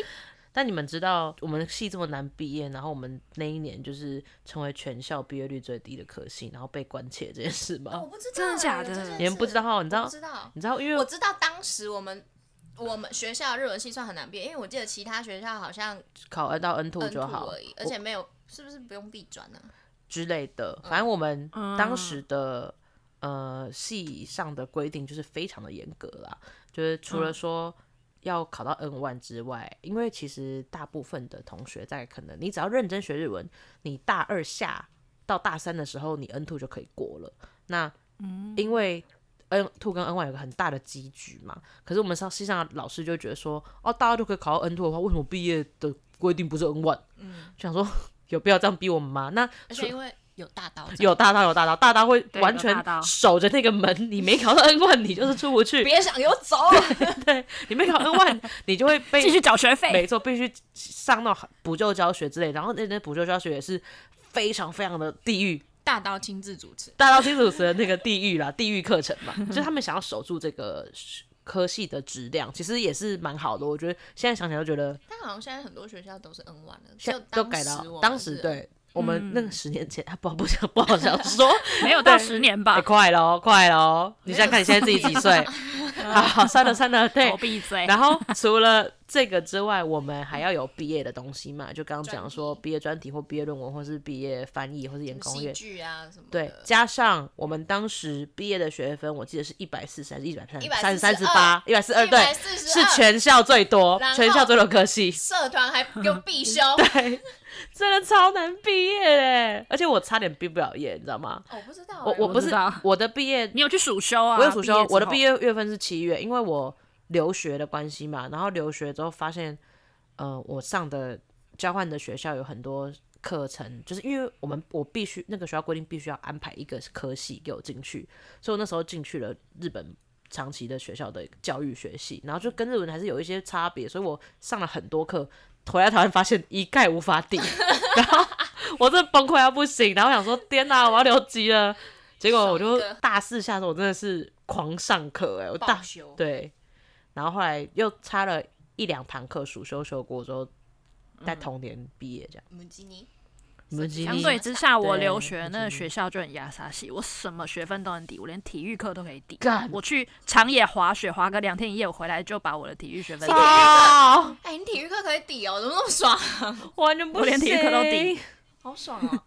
Speaker 1: 但你们知道我们系这么难毕业，然后我们那一年就是成为全校毕业率最低的科系，然后被关切这件事吗？
Speaker 3: 哦我不知道，
Speaker 2: 真的假的
Speaker 3: 有这件事
Speaker 1: 你们不知道哦你知道
Speaker 3: 我不知道，
Speaker 1: 你知道，因
Speaker 3: 我
Speaker 1: 为
Speaker 3: 知道当时我们我们学校日文系算很难毕业，因为我记得其他学校好像
Speaker 1: 考 N 到 N
Speaker 3: 本
Speaker 1: 2
Speaker 3: 土
Speaker 1: 就好
Speaker 3: 而已，而且没有是不是不用必转呢？
Speaker 1: 之类的，反正我们
Speaker 2: 嗯
Speaker 1: 当时的、呃系上的规定就是非常的严格啦，就是除了说。要考到 N 万之外，因为其实大部分的同学在可能你只要认真学日文，你大二下到大三的时候，你 N two 就可以过了。那因为 N two 跟 N one 有个很大的积聚嘛，可是我们上系上的老师就觉得说，哦，大家都可以考到 N two 的话，为什么毕业的规定不是 N one？嗯，想说 有必要这样逼我们吗？那
Speaker 3: 而且因为有大刀，
Speaker 1: 有大刀有大刀，大刀会
Speaker 2: 对
Speaker 1: 完
Speaker 2: 有
Speaker 1: 全
Speaker 2: 大刀
Speaker 1: 守着那个门，你没考到 N 万，你 就是出不去；
Speaker 3: 别想给我走，
Speaker 1: 你没考 N 万，你就会被
Speaker 2: 继续缴学费，
Speaker 1: 没错，必须上到补救教学之类。然后那那补救教学也是非常非常的地狱，
Speaker 3: 大刀亲自主持，
Speaker 1: 大刀清楚时的那个地狱啦， 地狱课程嘛，就是他们想要守住这个科系的质量，其实也是蛮好的。我觉得现在想起来就觉得，
Speaker 3: 但好像现在很多学校都是 N 万了，
Speaker 1: 现
Speaker 3: 就
Speaker 1: 在都改到
Speaker 3: 我们
Speaker 1: 当
Speaker 3: 是
Speaker 1: 时对。我
Speaker 2: 嗯
Speaker 1: 们那个十年前，啊不不想不好想说，
Speaker 2: 没有到十年
Speaker 1: 哎
Speaker 2: 吧？
Speaker 1: 快了哦，快了哦！你想想看，你现在自己几岁？好 好，算了算了，对
Speaker 2: 我。闭嘴。
Speaker 1: 然后除了这个之外，我们还要有毕业的东西嘛？就刚刚讲说，
Speaker 3: 专题
Speaker 1: 毕业专题或毕业论文，或是毕业翻译，或是演工
Speaker 3: 戏
Speaker 1: 业。
Speaker 3: 剧啊什么
Speaker 1: 对，加上我们当时毕业的学分，我记得是一百四十还是一百三三
Speaker 3: 142
Speaker 1: 十三十八、一百四十二，
Speaker 3: 一
Speaker 1: 对，
Speaker 3: 百四十
Speaker 1: 是全校最多
Speaker 3: 然，后
Speaker 1: 全校最多科系。
Speaker 3: 社团还给我必修，
Speaker 1: 对，真的超难毕业嘞！而且我差点毕不了业，你知道吗？
Speaker 3: 我不知道欸，
Speaker 1: 我我
Speaker 2: 不
Speaker 1: 不
Speaker 2: 知
Speaker 1: 是
Speaker 2: 道
Speaker 1: 我的毕业
Speaker 2: 你有去暑修啊？
Speaker 1: 我有暑修，我的毕
Speaker 2: 业
Speaker 1: 业月份是七月，因为我留学的关系嘛，然后留学之后发现，呃，我上的交换的学校有很多课程，就是因为我们我必须那个学校规定必须要安排一个科系给我进去，所以我那时候进去了日本长期的学校的教育学系，然后就跟日文还是有一些差别，所以我上了很多课，回来台湾发现一概无法抵，然后我真的崩溃到不行，然后想说天哪、我要留级了。结果我就
Speaker 3: 爽一个
Speaker 1: 大四下的时候，我真的是狂上课哎、我大
Speaker 3: 报修，
Speaker 1: 对，然后后来又差了一两堂课，暑修修过之后，在同年毕业这样。
Speaker 3: 母鸡尼，
Speaker 1: 你们经
Speaker 2: 嗯相
Speaker 1: 历
Speaker 2: 对之下，我
Speaker 1: 对
Speaker 2: 留学那
Speaker 1: 我
Speaker 2: 个
Speaker 1: 记得
Speaker 2: 学校就很压沙系，我什么学分都能抵，我连体育课都可以抵。
Speaker 1: 干
Speaker 2: 我去长野滑雪，滑个两天一夜，我回来就把我的体育学分抵。
Speaker 1: 操，
Speaker 3: 哎，你体育课可以抵哦，怎么那么爽？
Speaker 1: 完全不
Speaker 2: 我连体育课都顶
Speaker 1: 行。
Speaker 3: 好爽哦！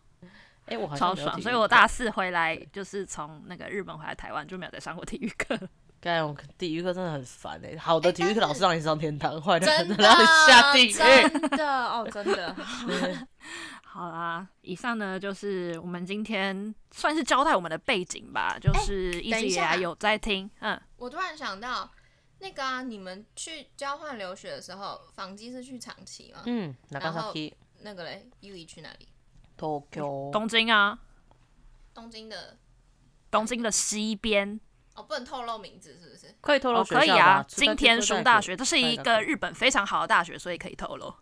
Speaker 1: 哎、我好像
Speaker 2: 超
Speaker 1: 没有
Speaker 2: 爽，
Speaker 1: 体
Speaker 2: 所以
Speaker 1: 育
Speaker 2: 我
Speaker 1: 课
Speaker 2: 大四回来就是从那个日本回来台湾就没有再上过体育课。
Speaker 1: 干我体育课真的很烦哎、好的
Speaker 3: 哎
Speaker 1: 体育
Speaker 3: 但
Speaker 1: 课老师
Speaker 3: 是
Speaker 1: 让你上天堂， 坏的
Speaker 2: 欸
Speaker 3: 真的，
Speaker 1: 让你下地狱。
Speaker 3: 真的哦，真的。
Speaker 2: 好啦，以上呢就是我们今天算是交代我们的背景吧，就是哎一直
Speaker 3: 等一
Speaker 2: 以
Speaker 3: 下
Speaker 2: 来有在听，嗯，
Speaker 3: 我突然想到，那个啊，你们去交换留学的时候，房机是去长崎吗？
Speaker 1: 嗯，那刚
Speaker 3: 然
Speaker 1: 才
Speaker 3: 后
Speaker 1: 提
Speaker 3: 那个嘞，U 一去哪里？
Speaker 1: Tokyo，
Speaker 2: 东京啊，
Speaker 3: 东京的
Speaker 2: 东京的西边
Speaker 3: 哦，不能透露名字是不是？
Speaker 1: 可以透露
Speaker 2: 哦，
Speaker 1: 学校
Speaker 2: 可以
Speaker 1: 吧
Speaker 2: 啊，
Speaker 1: 出在
Speaker 2: 金田
Speaker 1: 出在
Speaker 2: 熊
Speaker 1: 哪
Speaker 2: 大
Speaker 1: 里
Speaker 2: 学，这是一个日本非常好的大学，所以可以透露。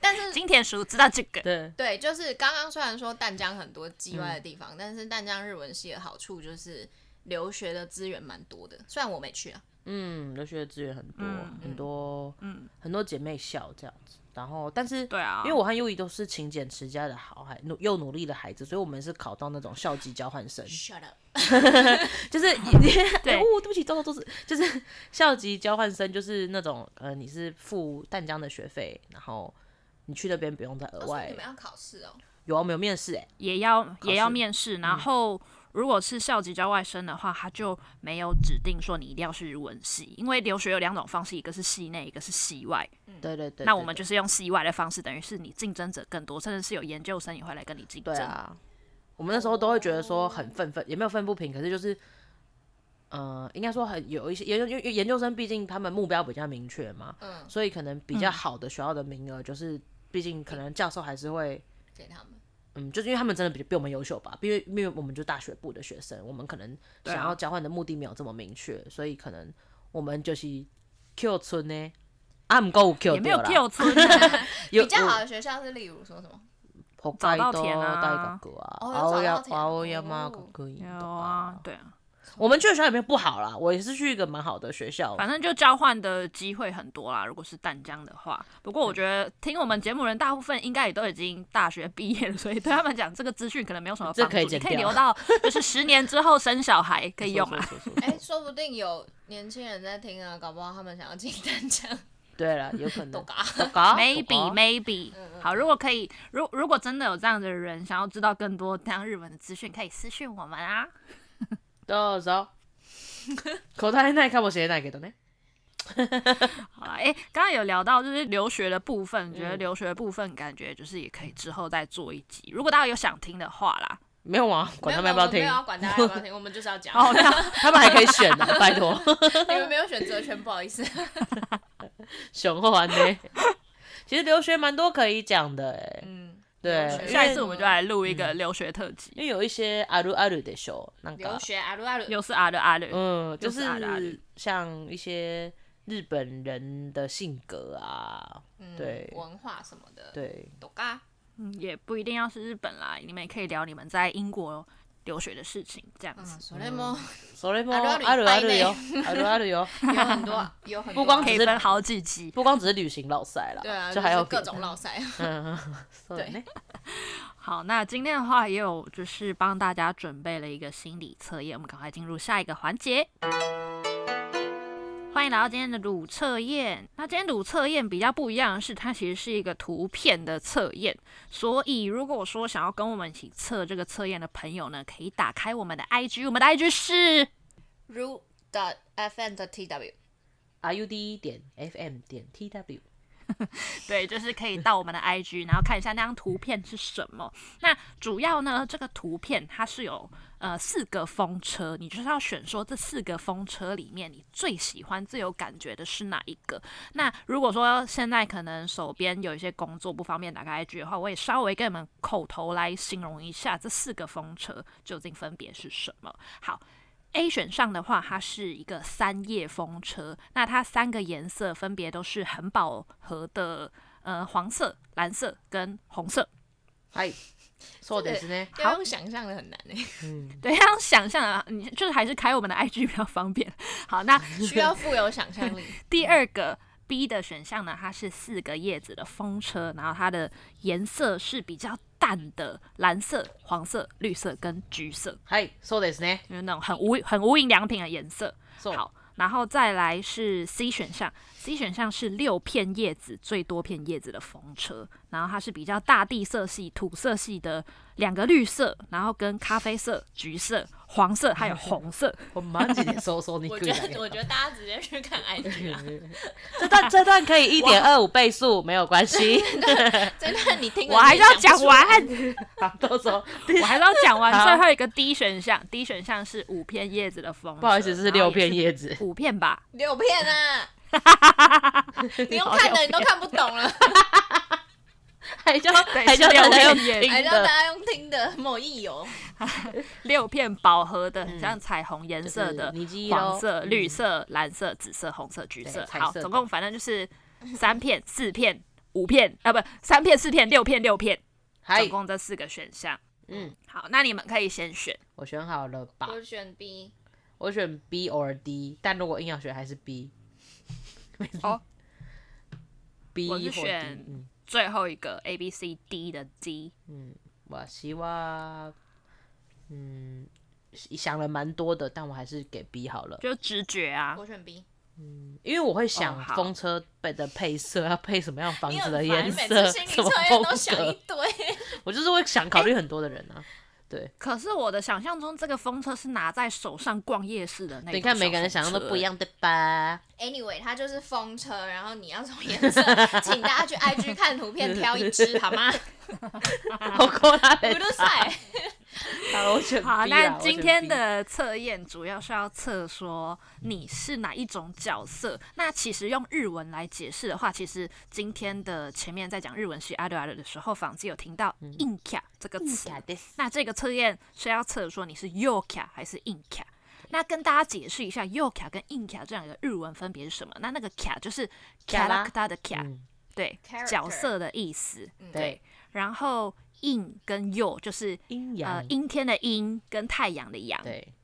Speaker 3: 但是
Speaker 2: 金田鼠知道这个，
Speaker 1: 对，
Speaker 3: 对，就是刚刚虽然说淡江很多叽歪的地方，但是淡江日文系的好处就是留学的资源蛮多的，虽然我没去啊。
Speaker 1: 嗯，留学的资源很多、
Speaker 2: 嗯
Speaker 1: 很多，嗯，很多姐妹校这样子。然后，但是
Speaker 2: 对啊，
Speaker 1: 因为我和优怡都是勤俭持家的好孩，努又努力的孩子，所以我们是考到那种校级交换生，
Speaker 3: Shut up！
Speaker 1: 就是
Speaker 2: 对
Speaker 1: 哎哦，对不起，走走走走，就是校级交换生，就是那种呃，你是付淡江的学费，然后你去那边不用再额
Speaker 3: 哦所以
Speaker 1: 外
Speaker 3: 你们要考试哦。
Speaker 1: 有啊，没有面试哎、
Speaker 2: 也要也要
Speaker 1: 试嗯
Speaker 2: 面试，然后。如果是校级交外生的话，他就没有指定说你一定要是日文系，因为留学有两种方式，一个是系内，一个是系外。
Speaker 1: 对对对
Speaker 2: 嗯那我们
Speaker 1: 对
Speaker 2: 就是用系外的方式，等于是你竞争者更多，甚至是有研究生也会来跟你
Speaker 1: 啊
Speaker 2: 竞争。哦
Speaker 1: 对啊，我们那时候都会觉得说很愤愤，也没有愤不平，可是就是呃，应该说很有一些研究，因为研究生毕竟他们目标比较明确嘛，
Speaker 3: 嗯，
Speaker 1: 所以可能比较好的学校的名额，就是毕竟可能教授还是会，
Speaker 3: 给他们。
Speaker 1: 嗯，就是因为他们真的比比我们优秀吧，因为因为我们就大学部的学生，我们可能
Speaker 2: 对啊
Speaker 1: 想要交换的目的没有这么明确，所以可能我们就是 Q 村呢，啊唔够 Q
Speaker 2: 也没有
Speaker 1: Q，
Speaker 2: Q 村、 啊，
Speaker 1: 有哦
Speaker 3: 比较好的学校是例如说什么？
Speaker 1: 有
Speaker 2: 早稻
Speaker 1: 北海
Speaker 2: 田
Speaker 1: 道
Speaker 2: 啊
Speaker 1: 大学啊，
Speaker 3: 哦有
Speaker 1: 青山
Speaker 3: 早稻田
Speaker 1: 青山
Speaker 3: 哦
Speaker 1: 学院
Speaker 2: 有
Speaker 1: と
Speaker 2: 啊
Speaker 1: か，
Speaker 2: 对啊，
Speaker 1: 我们去的学校也没有不好啦，我也是去一个蛮好的学校，
Speaker 2: 反正就交换的机会很多啦。如果是淡江的话，不过我觉得听我们节目人大部分应该也都已经大学毕业了，所以对他们讲这个资讯可能没有什么
Speaker 1: 这
Speaker 2: 帮助。
Speaker 1: 可以
Speaker 2: 你
Speaker 1: 剪
Speaker 2: 可以
Speaker 1: 掉
Speaker 2: 留到就是十年之后生小孩可以用啊。
Speaker 1: 说。说说说
Speaker 3: 哎、说不定有年轻人在听啊，搞不好他们想要进丹江。
Speaker 1: 对了，有 可能。
Speaker 3: 懂
Speaker 1: 懂
Speaker 3: 啊
Speaker 1: 啊
Speaker 2: maybe
Speaker 1: 懂啊
Speaker 2: maybe 好，如果可以，如如果真的有这样的人想要知道更多这样日文的资讯，可以私讯我们啊。
Speaker 1: どうぞ。答えないかもしれないけど ね。
Speaker 2: 好了，哎、刚刚有聊到就是留学的部分，
Speaker 1: 嗯
Speaker 2: 觉得留学的部分感觉就是也可以之后再做一集，如果大家有想听的话啦。
Speaker 1: 没有啊，管他们要
Speaker 3: 没有
Speaker 1: 不要听
Speaker 3: 我没有，要管大家要不要听，我们就是要讲。
Speaker 2: 哦，那
Speaker 1: 他们还可以选呢，拜托。
Speaker 3: 你们没有选择权，不好意思。
Speaker 1: 雄厚安呢？其实留学蛮多可以讲的哎，
Speaker 3: 嗯，
Speaker 1: 对
Speaker 3: 留，学
Speaker 1: 因
Speaker 2: 下一
Speaker 1: 为
Speaker 2: 次我们就来录一
Speaker 1: 嗯
Speaker 2: 个留学特辑，
Speaker 1: 因为有一些阿鲁阿鲁的秀，那
Speaker 3: 留
Speaker 1: 个啊
Speaker 3: 学啊阿鲁阿鲁，
Speaker 2: 又是阿的阿的，
Speaker 1: 嗯，就
Speaker 2: 就是阿鲁阿鲁
Speaker 1: 是像一些日本人的性格啊，
Speaker 3: 嗯
Speaker 1: 对
Speaker 3: 文化什么的，，
Speaker 1: 对，
Speaker 3: 懂啊。
Speaker 2: 嗯，也不一定要是日本啦，你们也可以聊你们在英国留学的事情，这样
Speaker 3: 嗯，
Speaker 2: 子。
Speaker 3: 所以么
Speaker 1: 所以嘛，
Speaker 3: 阿鲁
Speaker 1: 阿
Speaker 3: 阿
Speaker 1: 鲁
Speaker 3: 鲁
Speaker 1: 阿鲁
Speaker 3: 拜
Speaker 1: 有
Speaker 3: 呢，
Speaker 1: 阿鲁阿鲁 有，
Speaker 3: 有很多，有
Speaker 1: 嗯
Speaker 3: 很多啊，
Speaker 1: 不光
Speaker 2: 可以
Speaker 1: 哦只是
Speaker 2: 分好几集。
Speaker 1: 不光只是旅行老塞啦，
Speaker 3: 对啊，
Speaker 1: 就还有
Speaker 3: 是各种，落塞。
Speaker 1: 嗯，对
Speaker 3: 对。
Speaker 2: 好，那今天的话也有就是帮大家准备了一个心理测验，我们赶快进入下一个环节。欢迎来到今天的鲁测验。那今天鲁测验比较不一样的是，它其实是一个图片的测验，所以如果说想要跟我们一起测这个测验的朋友呢，可以打开我们的 IG，我们的 IG 是
Speaker 3: ru dot fm dot tw，
Speaker 1: R U D 点 F M 点 T W。
Speaker 2: 对，就是可以到我们的 IG，然后看一下那张图片是什么。那主要呢，这个图片它是有呃四个风车，你就是要选说这四个风车里面你最喜欢、最有感觉的是哪一个。那如果说现在可能手边有一些工作不方便打开 IG 的话，我也稍微跟你们口头来形容一下这四个风车究竟分别是什么。好。A 选项的话，它是一个三叶风车，那它三个颜色分别都是很饱和的，呃，黄色、蓝色跟红色。
Speaker 1: 嗨，そうですね。
Speaker 3: 要用想象的很难欸诶，
Speaker 2: 对，要想象啊，你就是还是开我们的 IG 比较方便。好，那
Speaker 3: 需要富有想象力。
Speaker 2: 第二个 B 的选项呢，它是四个叶子的风车，然后它的颜色是比较淡的，蓝色、黄色、绿色跟橘色，
Speaker 1: 嗨，そうですね。
Speaker 2: 就是那种很无很无印良品的颜色。
Speaker 1: そう。
Speaker 2: 好，然后再来是 C 选项，C 选项是六片叶子最多片叶子的风车，然后它是比较大地色系、土色系的两个绿色，然后跟咖啡色、橘色、黄色还有红色。
Speaker 1: 我マジでそうそうに
Speaker 3: 我
Speaker 1: く
Speaker 3: 觉
Speaker 1: いだけ
Speaker 3: 得，
Speaker 1: ど。
Speaker 3: 我觉得大家直接去看 IG 啊，
Speaker 1: 这段这段可以一点二五倍速，没有关系。
Speaker 3: 真的，你听了
Speaker 2: 我还是要
Speaker 3: 你也想
Speaker 2: 讲
Speaker 3: 不出来
Speaker 2: 完，
Speaker 1: 好，到时候
Speaker 2: 我还是要讲完
Speaker 1: 好
Speaker 2: 最后一个 D 选项。D 选项是五片叶子的风车，
Speaker 1: 不好意思，是六片
Speaker 2: 叶，
Speaker 1: 叶子。
Speaker 2: 五片吧？
Speaker 3: 六片 啊！你用看的，你都看不懂啊了，
Speaker 1: 还叫
Speaker 2: 对
Speaker 1: 还叫
Speaker 2: 是
Speaker 1: 大家
Speaker 2: 六
Speaker 1: 用
Speaker 2: 片叶 子
Speaker 1: 听
Speaker 3: 还让大
Speaker 1: 的，
Speaker 3: 家用听的，莫意有。
Speaker 2: 六片饱和的，很像彩虹颜色的，
Speaker 1: 嗯就是尼基咯
Speaker 2: 黄色、绿色、蓝色、紫色、红色、橘色
Speaker 1: 对。彩
Speaker 2: 好，
Speaker 1: 色的
Speaker 2: 总共反正就是三片、四片、五片啊，不，三片、四片、六片、六片，
Speaker 1: 嗨
Speaker 2: 总，共这四个选项。
Speaker 1: 哎嗯，
Speaker 2: 好，那你们可以先选。
Speaker 1: 我选好了吧？
Speaker 3: 我选 B，
Speaker 1: 我选 B or D，但如果硬要选还是 B。
Speaker 2: 哦
Speaker 1: B
Speaker 2: 我是
Speaker 1: 或 D，
Speaker 2: 选
Speaker 1: 嗯
Speaker 2: 最后一个 A B C D 的 D，
Speaker 1: 我希望，嗯，想了蛮多的，但我还是给 B 好了，
Speaker 2: 就直觉啊。
Speaker 3: 我选 B。
Speaker 1: 因为我会
Speaker 2: 哦
Speaker 1: 想
Speaker 2: 好
Speaker 1: 风车被的配色要配什么样房
Speaker 3: 你
Speaker 1: 子
Speaker 3: 很
Speaker 1: 的
Speaker 3: 烦，
Speaker 1: 颜
Speaker 3: 每
Speaker 1: 色，
Speaker 3: 次心理
Speaker 1: 什么
Speaker 3: 测验
Speaker 1: 风
Speaker 3: 都想一
Speaker 1: 格，
Speaker 3: 堆。
Speaker 1: 我就是会想考虑很多的人啊。
Speaker 2: 可是我的想象中，这个风车是拿在手上逛夜市的
Speaker 3: 哎
Speaker 2: 那种。
Speaker 1: 你看每个人想象都不一。样，对吧？
Speaker 3: Anyway，它就是风车，然后你要从颜 色，请大家去 IG 看图片挑一只好吗？
Speaker 1: 我过来
Speaker 3: 不
Speaker 1: 了，
Speaker 3: 都晒，好了，我选 B 啦
Speaker 2: 好，
Speaker 1: 啊
Speaker 2: 那
Speaker 3: 我选
Speaker 2: 今天
Speaker 3: B
Speaker 2: 的测验主要是要测说你是哪一种角色。那其实用日文来解释的话，其实今天的前面在讲日文系啊阿 d 阿 r 的时候，仿制有听到
Speaker 3: 嗯
Speaker 2: “硬卡”这个词。那这个测验是要测说你是右卡还是硬卡。那跟大家解释一下，右卡跟硬卡这两个日文分别是什么？那那个卡就是
Speaker 3: 卡拉
Speaker 2: character 的卡，
Speaker 1: 嗯
Speaker 2: 对
Speaker 3: Character
Speaker 2: 角色的意思。
Speaker 3: 嗯
Speaker 1: 对，
Speaker 2: 然后硬跟右就是
Speaker 1: 阴
Speaker 2: 呃
Speaker 1: 阳，
Speaker 2: 阴天的阴跟太阳的阳，
Speaker 1: 对，嗯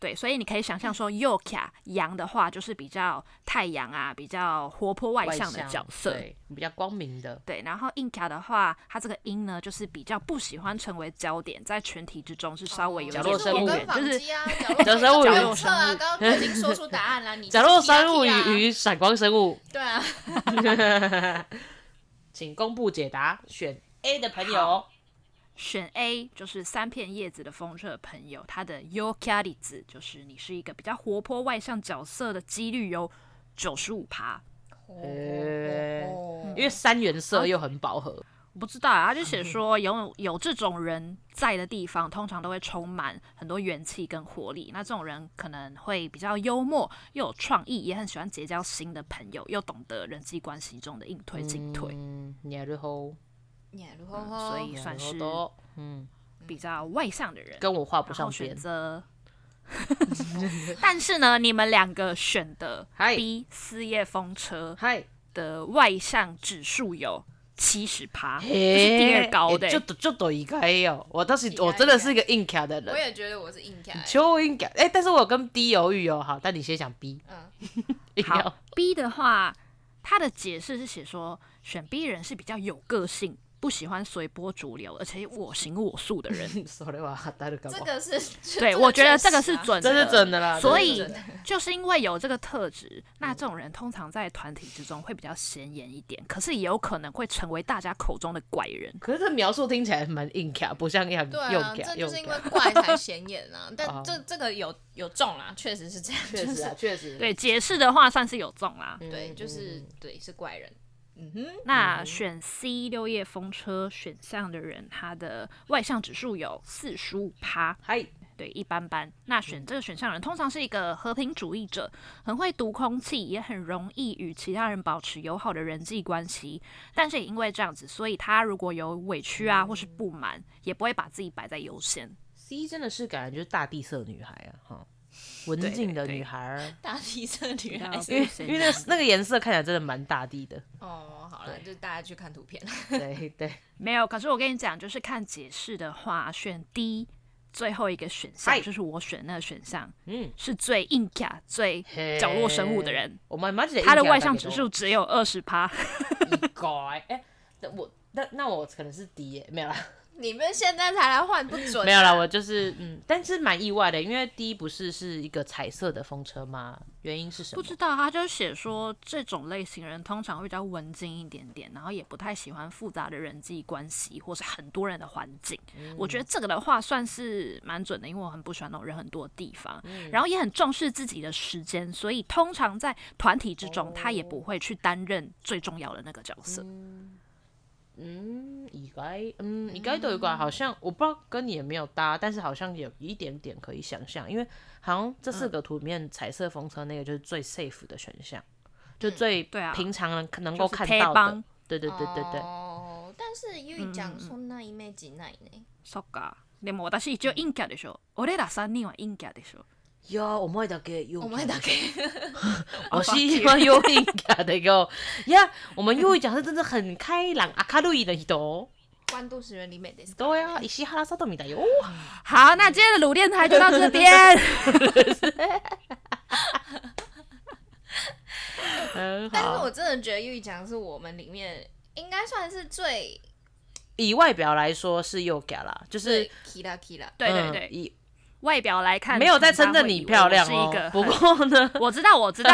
Speaker 2: 对所以你可以想象说右卡阳的话就是比较太阳啊，比较活泼外向的角色。
Speaker 1: 对，比较光明的，
Speaker 2: 对，然后硬卡的话，它这个阴呢，就是比较不喜欢成为焦点，在群体之中是稍微有一
Speaker 1: 哦角落生物
Speaker 2: 点边缘，就是
Speaker 3: 啊 角
Speaker 1: 角落
Speaker 3: 落
Speaker 1: 生
Speaker 3: 生
Speaker 1: 物
Speaker 3: 物测啊，刚刚已经说出答案了，你
Speaker 1: 角落生物
Speaker 3: TRT 啊
Speaker 1: 与与闪光生 物，
Speaker 3: 对啊，
Speaker 1: 请公布解答，选 A 的朋友
Speaker 2: 好选 A 就是三片叶子的风车的朋友，他的 y o k a r i 子就是你是一个比较活泼外向角色的几率有九十五趴。
Speaker 1: 呃
Speaker 3: 哦
Speaker 1: 因为三原色又很饱和，
Speaker 2: 我不知道啊，他就
Speaker 1: 嗯
Speaker 2: 写说有有这种人在的地方，通常都会充满很多元气跟活力。那这种人可能会比较幽默，又有创意，也很喜欢结交新的朋友，又懂得人际关系中的应对进退，
Speaker 1: 嗯，然后
Speaker 3: 你如何？
Speaker 2: 所以算是
Speaker 1: 嗯，
Speaker 2: 比较外向的人。
Speaker 1: 哦跟我画不
Speaker 2: 然
Speaker 1: 上
Speaker 2: 后选
Speaker 1: 边，
Speaker 2: 择，但是呢，你们两个选的
Speaker 1: 嗨
Speaker 2: B 四叶风车
Speaker 1: 嗨，
Speaker 2: 的外向指数有七十趴，这
Speaker 1: 这
Speaker 2: 是第二高的、
Speaker 1: 哎
Speaker 2: 欸
Speaker 1: 就就抖一个 A 哦，我当时
Speaker 3: 应该
Speaker 1: 我真的是一个硬卡的
Speaker 3: 我
Speaker 1: 人，
Speaker 3: 也觉得我是硬卡，
Speaker 1: 就硬卡，哎，但是我有跟 D 犹豫哦，好，但你先想 B，
Speaker 3: 嗯，
Speaker 1: 硬要
Speaker 2: 好，B 的话，他的解释是写说，选 B 人是比较有个性，不喜欢随波逐流，而且我行我素 的人。
Speaker 1: ，sorry 哇，带了干
Speaker 3: 这
Speaker 1: 嘛？
Speaker 3: 个啊是，
Speaker 2: 对，我觉得这个是准
Speaker 1: 这
Speaker 2: 的，
Speaker 1: 是真的啦，
Speaker 2: 所
Speaker 1: 这是
Speaker 2: 以
Speaker 1: 真的
Speaker 2: 就是因为有这个特质，
Speaker 1: 嗯
Speaker 2: 那这种人通常在团体之中会比较显眼一点，可是也有可能会成为大家口中的怪人。
Speaker 1: 可是这描述听起来蛮硬卡，不像硬
Speaker 3: 对
Speaker 1: 又
Speaker 3: 啊，
Speaker 1: 卡
Speaker 3: 这
Speaker 1: 又
Speaker 3: 就是因为
Speaker 1: 卡，
Speaker 3: 怪才显 眼啊，
Speaker 1: 哦
Speaker 3: 但这这个有有中啦，确实是这样，
Speaker 1: 确实啊，确实，
Speaker 2: 对，解释的话算是有中啦。
Speaker 1: 嗯，
Speaker 3: 对，就
Speaker 1: 嗯
Speaker 3: 是对是怪人，嗯哼，
Speaker 2: 那选 C 六叶风车选项的人，他的外向指数有四十五趴，
Speaker 1: 嗨，
Speaker 2: 对，一般般。那
Speaker 1: 嗯
Speaker 2: 选这个选项的人通常是一个和平主义者，很会读空气，也很容易与其他人保持友好的人际关系。但是也因为这样子，所以他如果有委屈啊或是不满，也不会把自己摆在优先。
Speaker 1: C 真的是感觉就是大地色女孩啊，哈，文
Speaker 2: 对
Speaker 1: 静的
Speaker 2: 对
Speaker 1: 女孩儿，
Speaker 3: 大地色女孩
Speaker 2: 比，较
Speaker 1: 哎因为因为那个那个颜色看起来真的蛮大地的，
Speaker 3: 哦，好了，就 大家去看图片，
Speaker 1: 对对，
Speaker 2: 没有，可是我跟你讲，就是看解释的话，选 D 最后一个选项
Speaker 1: 嗨
Speaker 2: 就是我选那个选项，
Speaker 1: 嗯，
Speaker 2: 是最硬卡、最角落生物的人。
Speaker 1: 我们马姐
Speaker 2: 他的外向指数只有二十趴，
Speaker 1: 改，哎，那我那那我可能是 D 耶，没有啦，
Speaker 3: 你们现在才来换不准，啊
Speaker 1: 没有啦，我就是嗯，但是蛮意外的，因为 D 不是是一个彩色的风车吗？原因是什
Speaker 2: 不
Speaker 1: 么？
Speaker 2: 知道他就写说这种类型人通常会比较文静一点点，然后也不太喜欢复杂的人际关系或是很多人的环境。我
Speaker 1: 嗯
Speaker 2: 觉得这个的话算是蛮准的，因为我很不喜欢那种人很多的地方，
Speaker 1: 嗯
Speaker 2: 然后也很重视自己的时间，所以通常在团体之中，他也
Speaker 1: 哦
Speaker 2: 不会去担任最重要的那个角色。
Speaker 1: 嗯，意外，嗯，意外都有一个好像我不知道跟你也没有搭，但是好像有一点点可以想象，因为好像这四个图里面彩色风车那个就是最 safe 的选项，就最
Speaker 2: 对啊
Speaker 1: 平常人能够
Speaker 2: 就是
Speaker 1: 看
Speaker 2: 贴
Speaker 1: 到的
Speaker 2: 帮，
Speaker 1: 对对对对对，
Speaker 3: 哦，但是因为
Speaker 1: 嗯
Speaker 3: 讲说那一枚几奈呢，
Speaker 2: そっか。でも
Speaker 1: 嗯
Speaker 2: 私一応陰キャでしょ。俺ら三人は陰キャでしょ。
Speaker 1: 哟，我们会打给有，
Speaker 3: 我们大概
Speaker 1: 我哦是喜欢有灵感的哟。 呀，我们又讲是真的很开朗、阿卡路伊的人哦。
Speaker 3: 关渡石原里美的，
Speaker 1: 对呀、啊，伊西哈拉萨多米达哟。
Speaker 2: 好，
Speaker 1: 嗯
Speaker 2: 那今天的鲁电台就到 这边。
Speaker 1: 很
Speaker 3: 但是
Speaker 1: 好
Speaker 3: 我。真的觉得玉讲是我们里面应该算是最
Speaker 1: 以外表来说是又嘎啦，就是
Speaker 3: 最 kila kila，
Speaker 2: 对对
Speaker 1: 嗯
Speaker 2: 对，
Speaker 1: 以
Speaker 2: 外表来看
Speaker 1: 没有在称赞你漂亮
Speaker 2: 我
Speaker 1: 哦
Speaker 2: 是 一个。
Speaker 1: 不过呢，
Speaker 2: 我知道，我知道，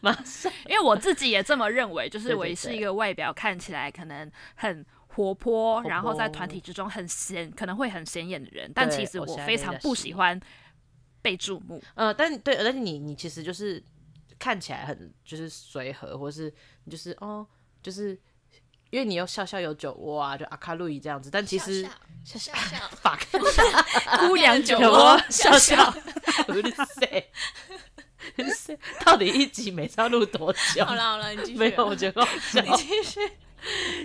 Speaker 1: 马上
Speaker 2: 因为我自己也这么认为，就是
Speaker 1: 对
Speaker 2: 我
Speaker 1: 对
Speaker 2: 是
Speaker 1: 对
Speaker 2: 一个外表看起来可能很活泼，
Speaker 1: 活
Speaker 2: 然后在
Speaker 1: 泼
Speaker 2: 团体之中很显，可能会很显眼的人，但其实
Speaker 1: 我
Speaker 2: 我
Speaker 1: 现在
Speaker 2: 非
Speaker 1: 在
Speaker 2: 常
Speaker 1: 试
Speaker 2: 不喜欢被注 目。
Speaker 1: 呃，但对，但是你你其实就是看起来很就是随和，或是你就是哦，就是因为你又笑笑有酒窝啊，就阿卡路伊这样子，但其实
Speaker 3: 笑笑笑笑
Speaker 1: fuck
Speaker 2: 姑娘酒
Speaker 1: 有
Speaker 2: 窝
Speaker 1: 啊，笑笑，我就塞，塞，到底一集每 次要录多久？
Speaker 3: 好了好了，你继 续。
Speaker 1: 没有，我觉得 好笑。
Speaker 3: 你继续。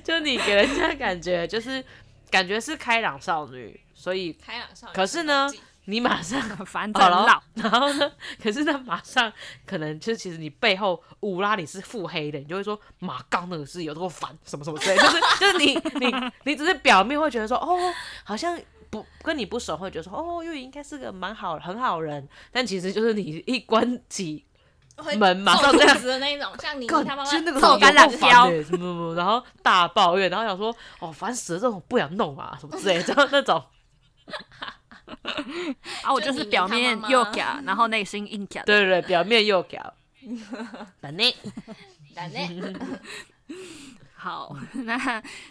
Speaker 1: 就你给人家感觉就是感觉是开朗少女，所以
Speaker 3: 开朗少女。
Speaker 1: 可是呢，你马上
Speaker 2: 反正
Speaker 1: 好
Speaker 2: 老
Speaker 1: 了，然后呢？可是呢，马上可能就其实你背后乌拉你是腹黑的，你就会说马刚那个是有多烦，什么什么之类的，就是就是你你你只是表面会觉得说哦，好像不跟你不熟会觉得说哦，又应该是个蛮好很好人，但其实就是你一关起
Speaker 3: 会
Speaker 1: 门马上
Speaker 3: 揍
Speaker 1: 这样
Speaker 3: 肚子的那一种，像你
Speaker 1: 干
Speaker 3: 他妈妈
Speaker 1: 真那个
Speaker 2: 揍
Speaker 1: 有够
Speaker 2: 橄榄
Speaker 1: 烦
Speaker 2: 椒
Speaker 1: 欸什么什么，然后大抱怨，然后想说哦烦死了，这种不想弄啊什么之类的，这样那种。
Speaker 2: 啊，我
Speaker 3: 就
Speaker 2: 就是
Speaker 3: 你
Speaker 2: 表
Speaker 3: 他
Speaker 2: 面
Speaker 3: 妈妈
Speaker 2: 又假，然后内心硬假。
Speaker 1: 对对对，表面又搞。反正
Speaker 3: 懒呢，
Speaker 2: 好， 那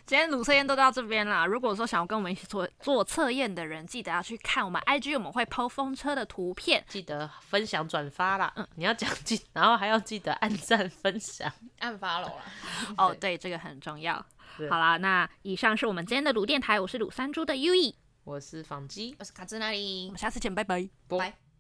Speaker 2: 今天鲁测验都到这边啦。如果说想要跟我们一起做做测验的人，记得要去看我们 IG，我们会 PO 风车的图片。
Speaker 1: 记得分享转发啦，嗯你要讲记，然后还要记得按赞分享。
Speaker 3: 按 follow 啦。
Speaker 2: 哦，对，这个很重要。
Speaker 1: 对
Speaker 2: 好啦，那以上是我们今天的鲁电台，我是鲁三猪的 U E，
Speaker 1: 我是纺机，
Speaker 3: 我是卡兹那里
Speaker 2: 我们。下次见，拜拜。
Speaker 1: 拜
Speaker 3: 拜